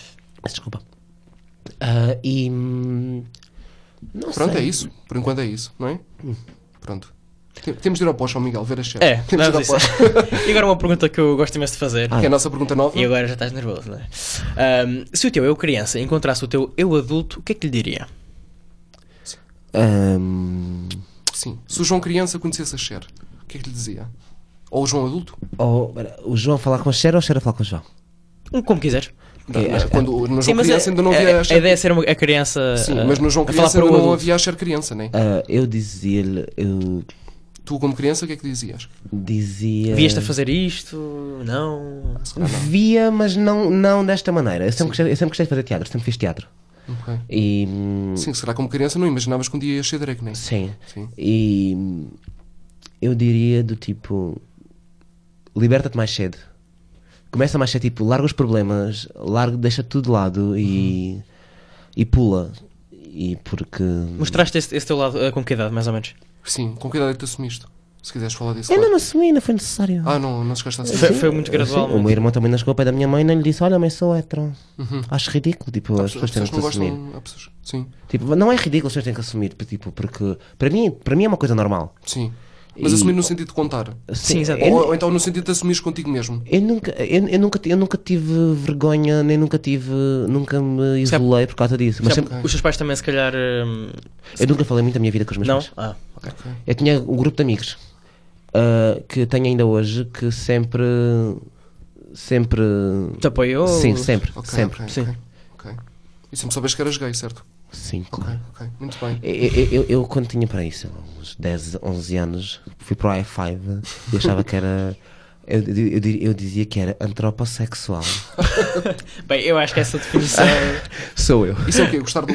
Desculpa. Ah, e. hum, Não
Pronto,
sei. Hum.
é isso. Por enquanto é isso, não é? Pronto. Tem- Temos de ir ao pós, ao Miguel, ver a chefe.
É,
Temos de ir
nada
ao
disso.
pós.
E agora uma pergunta que eu gosto imenso de fazer.
Que é a nossa pergunta nova.
E agora já estás nervoso, não é? Ahm, se o teu eu criança encontrasse o teu eu adulto, o que é que lhe diria?
Hum,
Sim. Se o João criança conhecesse a Cher, o que é que lhe dizia? Ou o João adulto?
ou- pera, oh, o João falar com a Xera ou a Xera falar com o João?
Um Como quiseres.
Ok,
Mas
é-
Quando no João
mas
criança
a,
ainda não
a-
havia a
a
Cher.
ideia é ser uma, a criança.
Sim,
ah,
mas no João
a falar
criança
para o
ainda não
adulto.
havia a Cher criança, né?
Ah, eu dizia-lhe. Eu
Tu, como criança, o que é que dizias?
dizia.
Vieste a fazer isto? Não.
Ah, Via, mas não, não desta maneira. Eu sempre, gostei, eu sempre gostei de fazer teatro, sempre fiz teatro.
Ok.
E. hum,
Sim, será como criança não imaginavas que um dia ia ser drag, né?
Sim.
Sim.
E hum, eu diria do tipo: liberta-te mais cedo. Começa mais cedo, tipo, larga os problemas, larga, deixa tudo de lado e, e pula. E porque.
Mostraste esse, esse teu lado ah, com que idade, mais ou menos?
Sim, com que idade é que te assumiste? Se quiseres falar disso.
Eu
claro.
não assumi, não foi necessário.
Ah, não, não chegaste a
Foi,
assumir.
foi muito gradual.
Sim, o meu irmão também não chegou ao pé da minha mãe e não lhe disse: Olha, mãe, sou hétero. Acho ridículo. Tipo, as
As
pessoas têm
pessoas
que
não
assumir.
gostam. Há pessoas. Sim,
Tipo, não é ridículo, as pessoas têm que assumir. Tipo, porque para mim, para mim é uma coisa normal. é
sim. Mas
E-
assumir no sentido de contar.
Sim, exato.
eu-
Ou, ou então no sentido de assumires contigo mesmo.
Eu nunca, eu, eu nunca, eu nunca tive vergonha, nem nunca tive, nunca me
Já-
isolei por causa disso. Mas
Já-
sempre-
Os teus pais também, se calhar. hum,
eu nunca falei muito da minha vida com os meus
não?
pais.
Ah, ok.
Eu tinha um grupo de amigos ah, que tenho ainda hoje que sempre, sempre,
Te apoiou?
sim, sempre,
Oh, Ok,
sempre,
ok,
sim.
ok, ok. E sempre soubeste que eras gay, certo?
sim.
Ok,
claro.
ok. Muito bem.
Eu, eu- eu- eu quando tinha para isso, uns 10, 11 anos, fui para o i5 e achava que era. Eu, eu, eu dizia que era antropossexual.
Bem, eu acho que essa definição.
Sou eu.
Isso é o quê? Gostar do,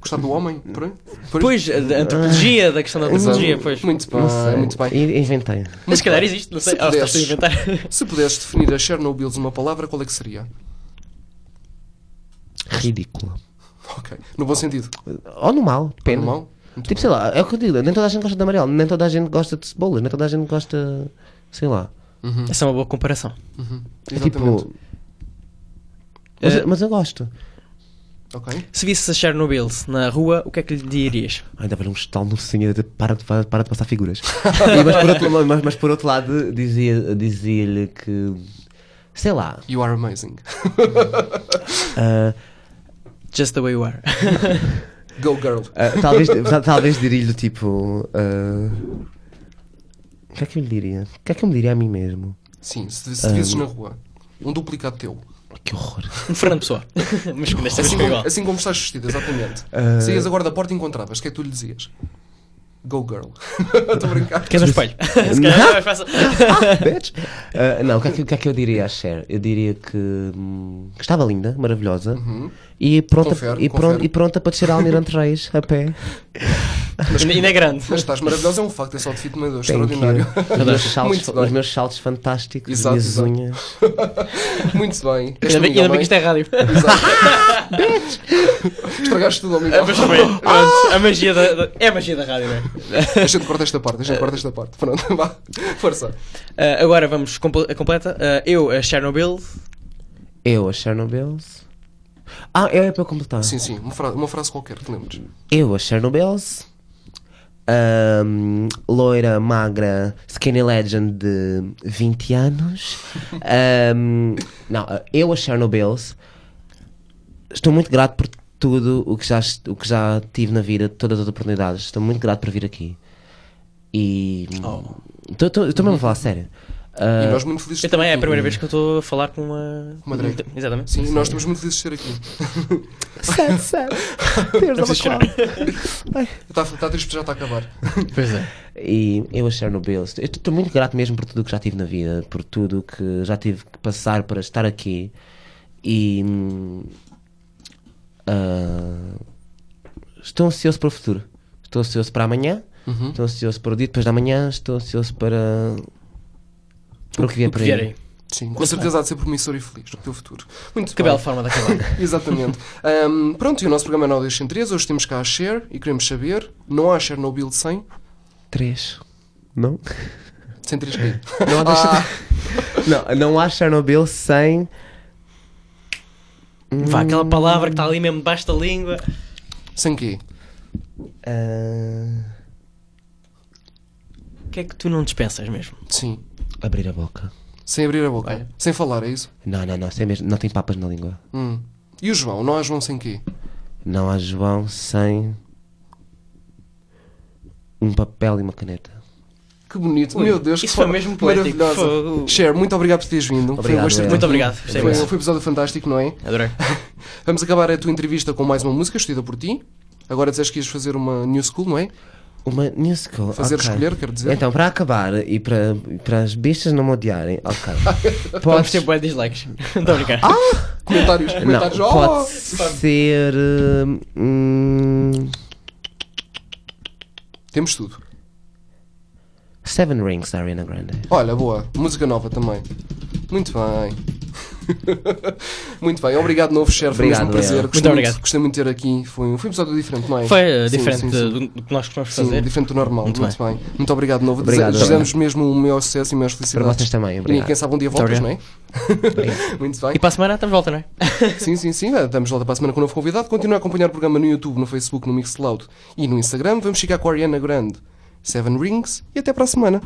gostar do homem? Por aí? Por aí?
pois, da antropologia, da questão da
Exato.
antropologia, pois.
Muito bem,
um Não sei.
Ah, é muito bem.
In- Inventei.
Mas se calhar existe, não sei.
Se
Ah, estás a
pudesses.
inventar.
Se pudesses definir a Chernobyl numa palavra, qual é que seria?
Ridícula.
Ok. No bom sentido.
Ou no mal, depende.
No mal? Muito
Tipo, sei lá, é o que eu digo, nem toda a gente gosta de amarelo, nem toda a gente gosta de cebolas, nem toda a gente gosta, sei lá.
Essa é uma boa comparação.
É
Uhum. Exatamente. É.
tipo. Mas, mas eu gosto.
Ok.
Se visses a Chernobyl na rua, o que é que lhe dirias?
Ai, dava-lhe um estalo no senhor, para, de- para, para de passar figuras. E, mas, por outro, lado- mas, mas por outro lado, dizia- dizia-lhe que. Sei lá.
You are amazing.
ah,
Just the way you are.
Go girl.
ah, talvez tal- talvez diria-lhe do tipo. ah, o que é que eu lhe diria? O que é que eu me diria a mim mesmo?
Sim, se, se te visses na rua, um duplicado teu.
Que horror.
Um Fernando Pessoa. Mas é desta vez
Assim
foi
como,
igual. Uh,
assim como estás vestido, exatamente.
Ah.
Saías agora da porta e encontravas. O que é que tu lhe dizias? Go girl. Estou a brincar.
Queres um espelho? Se calhar não é mais fácil.
Bitch. Ah, não, o que, é que, o que é que eu diria à Cher? Eu diria que, hum, que estava linda, maravilhosa e, pronta,
Uhum. Confere,
e,
confere.
pronta, e pronta para descer a Almirante Reis a pé.
Ainda- Ainda é grande.
Mas estás maravilhosa, é um facto. Esse outfit mandou
Thank you.
extraordinário.
Os meus saltos,
Muito bem.
os meus saltos fantásticos, as
Exato,
minhas
exato.
unhas.
Muito bem. És
Ainda
tu,
bem
Miguel,
ainda bem
não
que
é?
isto é rádio.
Estragaste tudo, amigo.
É, Mas foi. Pronto, A magia da. da- É a magia da rádio, não é?
Deixa de cortar esta parte, deixa de cortar esta parte. Pronto, vá. Força.
Ah, agora vamos comple- a completa. Ah, eu, a Chernobyl.
Eu, a Chernobyls. Ah, eu é para eu completar.
Sim, sim, uma frase, uma frase qualquer, te lembres.
Eu, a Chernobyls. ahm, loira, magra, skinny legend de 20 anos. Ahm, não, eu, a Chernobyls. Estou muito grato por tudo o que já, est- o que já tive na vida, todas as oportunidades. Estou muito grato por vir aqui. E. Estou estou- estou mesmo a falar sério.
E nós muito felizes
Eu
de ter
também é a
aqui.
primeira vez que eu estou a falar com uma. Então,
Uma drag.
Exatamente.
Sim, nós estamos muito felizes de ter aqui.
Sério, sério. Tears
Não preciso chorar.
Está, está Tá, triste, já está a acabar.
Pois é.
E eu a Chernobyl, eu estou muito grato mesmo por tudo o que já tive na vida, por tudo o que já tive que passar para estar aqui. E. hum, ah, estou ansioso para o futuro. Estou ansioso para amanhã, estou ansioso para o dia depois da manhã, estou ansioso para. para o que vier para
Vier aí.
aí.
Sim, com certeza há de ser promissor e feliz no teu futuro. Muito
Que bela
bem.
forma de acabar.
Exatamente. Ahm, pronto, e o nosso programa é 9203. Hoje temos cá a Share e queremos saber. Não há Share no Build sem.
Três. Não?
Sem Ah, 3P.
Não há, não, não há Chernobyl sem.
Vá, aquela palavra que está ali mesmo debaixo da língua.
Sem quê?
Ah,
O que é que tu não dispensas mesmo?
Sim.
abrir a boca.
Sem abrir a boca.
Olha.
Sem falar, é isso?
Não, não, não, sei mesmo, não tem papas na língua.
Hum. E o João? Não há João sem quê?
Não há João sem um papel e uma caneta.
Que bonito. Meu Deus,
isso
que
foi
forma
mesmo poético. Fogo.
Maravilhosa. Cher, muito obrigado por teres vindo. foi um
Obrigado,
gosto ter-te
Ed.
Muito
aqui.
obrigado, gostei
Foi,
imenso.
foi um episódio fantástico, não é?
Adorei.
Vamos acabar a tua entrevista com mais uma música escolhida por ti. Agora dizes que ias fazer uma new school, não é?
Uma musical.
Fazer
ok.
escolher, quero dizer.
Então, para acabar e para, para as bestas não me odiarem, ok.
Vamos
Podes,
ter boé dislikes. Estou a brincar.
Comentários,
não,
comentários.
pode
Oh!
ser. hum, hum,
Temos tudo.
Seven Rings da Ariana Grande.
Olha, boa. Música nova também. Muito bem. muito bem. Obrigado de novo, Cher. Foi
Obrigado,
mesmo um prazer.
Leo.
Gostei
Muito obrigado.
Gostei muito de ter aqui. Foi um, foi um episódio diferente, não é?
Foi eh,
Sim,
diferente
sim, sim.
do- do que nós costumamos
Sim,
fazer.
diferente do normal. Muito,
Muito
bem. Muito obrigado de novo. Dese-
Obrigado,
Desejamos mesmo o maior sucesso e maiores felicidades.
vocês também, obrigado.
E quem sabe um dia voltas, não é? Muito bem.
E para a semana estamos de volta, não é?
Sim, sim, sim. Estamos de volta para a semana com um novo convidado. Continua a acompanhar o programa no YouTube, no Facebook, no Mixcloud e no Instagram. Vamos ficar com a Ariana Grande. Seven Rings e até para a semana.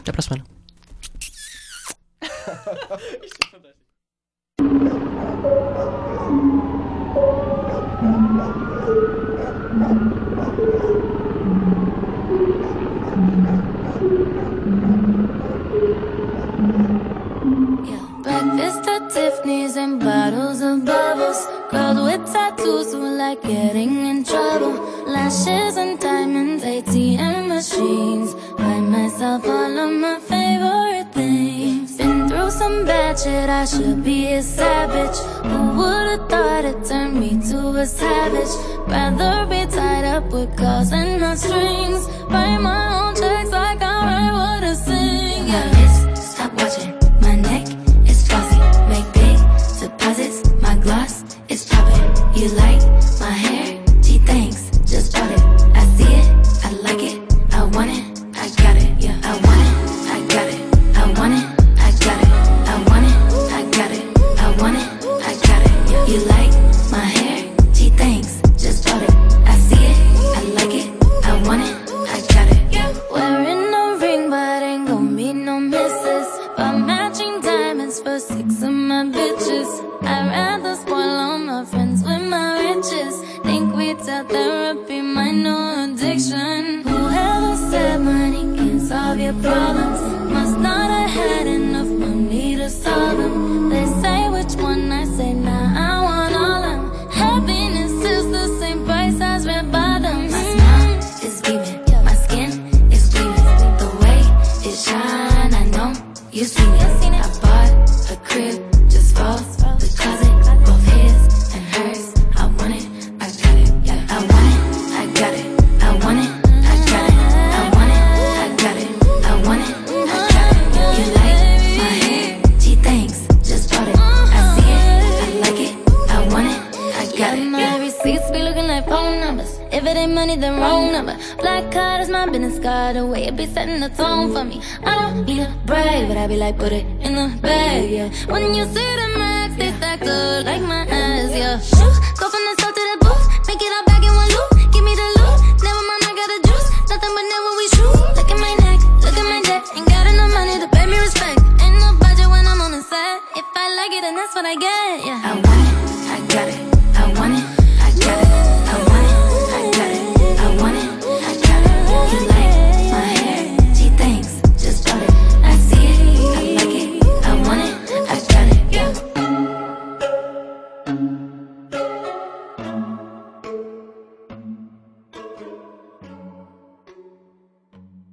Até para a semana.
Yeah. Breakfast at Tiffany's and bottles of bubbles. Girls with tattoos who like getting in trouble. Lashes and diamonds, ATM machines. Buy myself all of my favorite things. Been through some bad shit, I should be a savage. Who would've thought it turned me to a savage? Rather be tied up with girls and my strings. Write my own checks like I write what I sing. Yeah.
Stop watching. My neck is flossy. Make big deposits. My gloss is popping. You like my hair? She thinks. Just bought it. I see it. I like it. I want it. I got it. Yeah. I want it. I got it. I want it. I got it. I want it. I got it. I want it. I got it. Yeah. You like my hair? She thinks. Just bought it. I see it. I like it. I want it. I got it. Yeah.
Wearing a ring, but ain't gon' be no misses. But matching diamonds for six of my bitches. I'd rather spoil all my friends with my riches. Think we tell therapy my new addiction. Whoever said money can solve your problems must not have had enough money to solve them. They say which one I say now. I want all them. Happiness is the same price as red bottoms.
My smile is beaming, my skin is gleaming. The way it shine, I know you seen it. I bought a crib just for the closet, both his and hers. I want it, I got it. Yeah, I want it, I got it. I want it, I got it. I want it, I got it. I want it, I got it. You like my hair? She thinks just bought it. I see it, I like it. I want it, I
Yeah,
got it.
my receipts be looking like phone numbers. If it ain't money, then wrong number. Black card is my business card. The way it be setting the tone for me. I don't need a brave, but I be like, put it in the bag, yeah. When you see the max, they stack up like my ass, yeah. Shoot, go from the south to the booth, make it all back in one loop. Give me the loot, never mind, I got a juice. Nothing but never we shoot. Look at my neck, look at my debt. Ain't got enough money to pay me respect. Ain't no budget when I'm on the set. If I like it, then that's what I get, yeah.
I want it,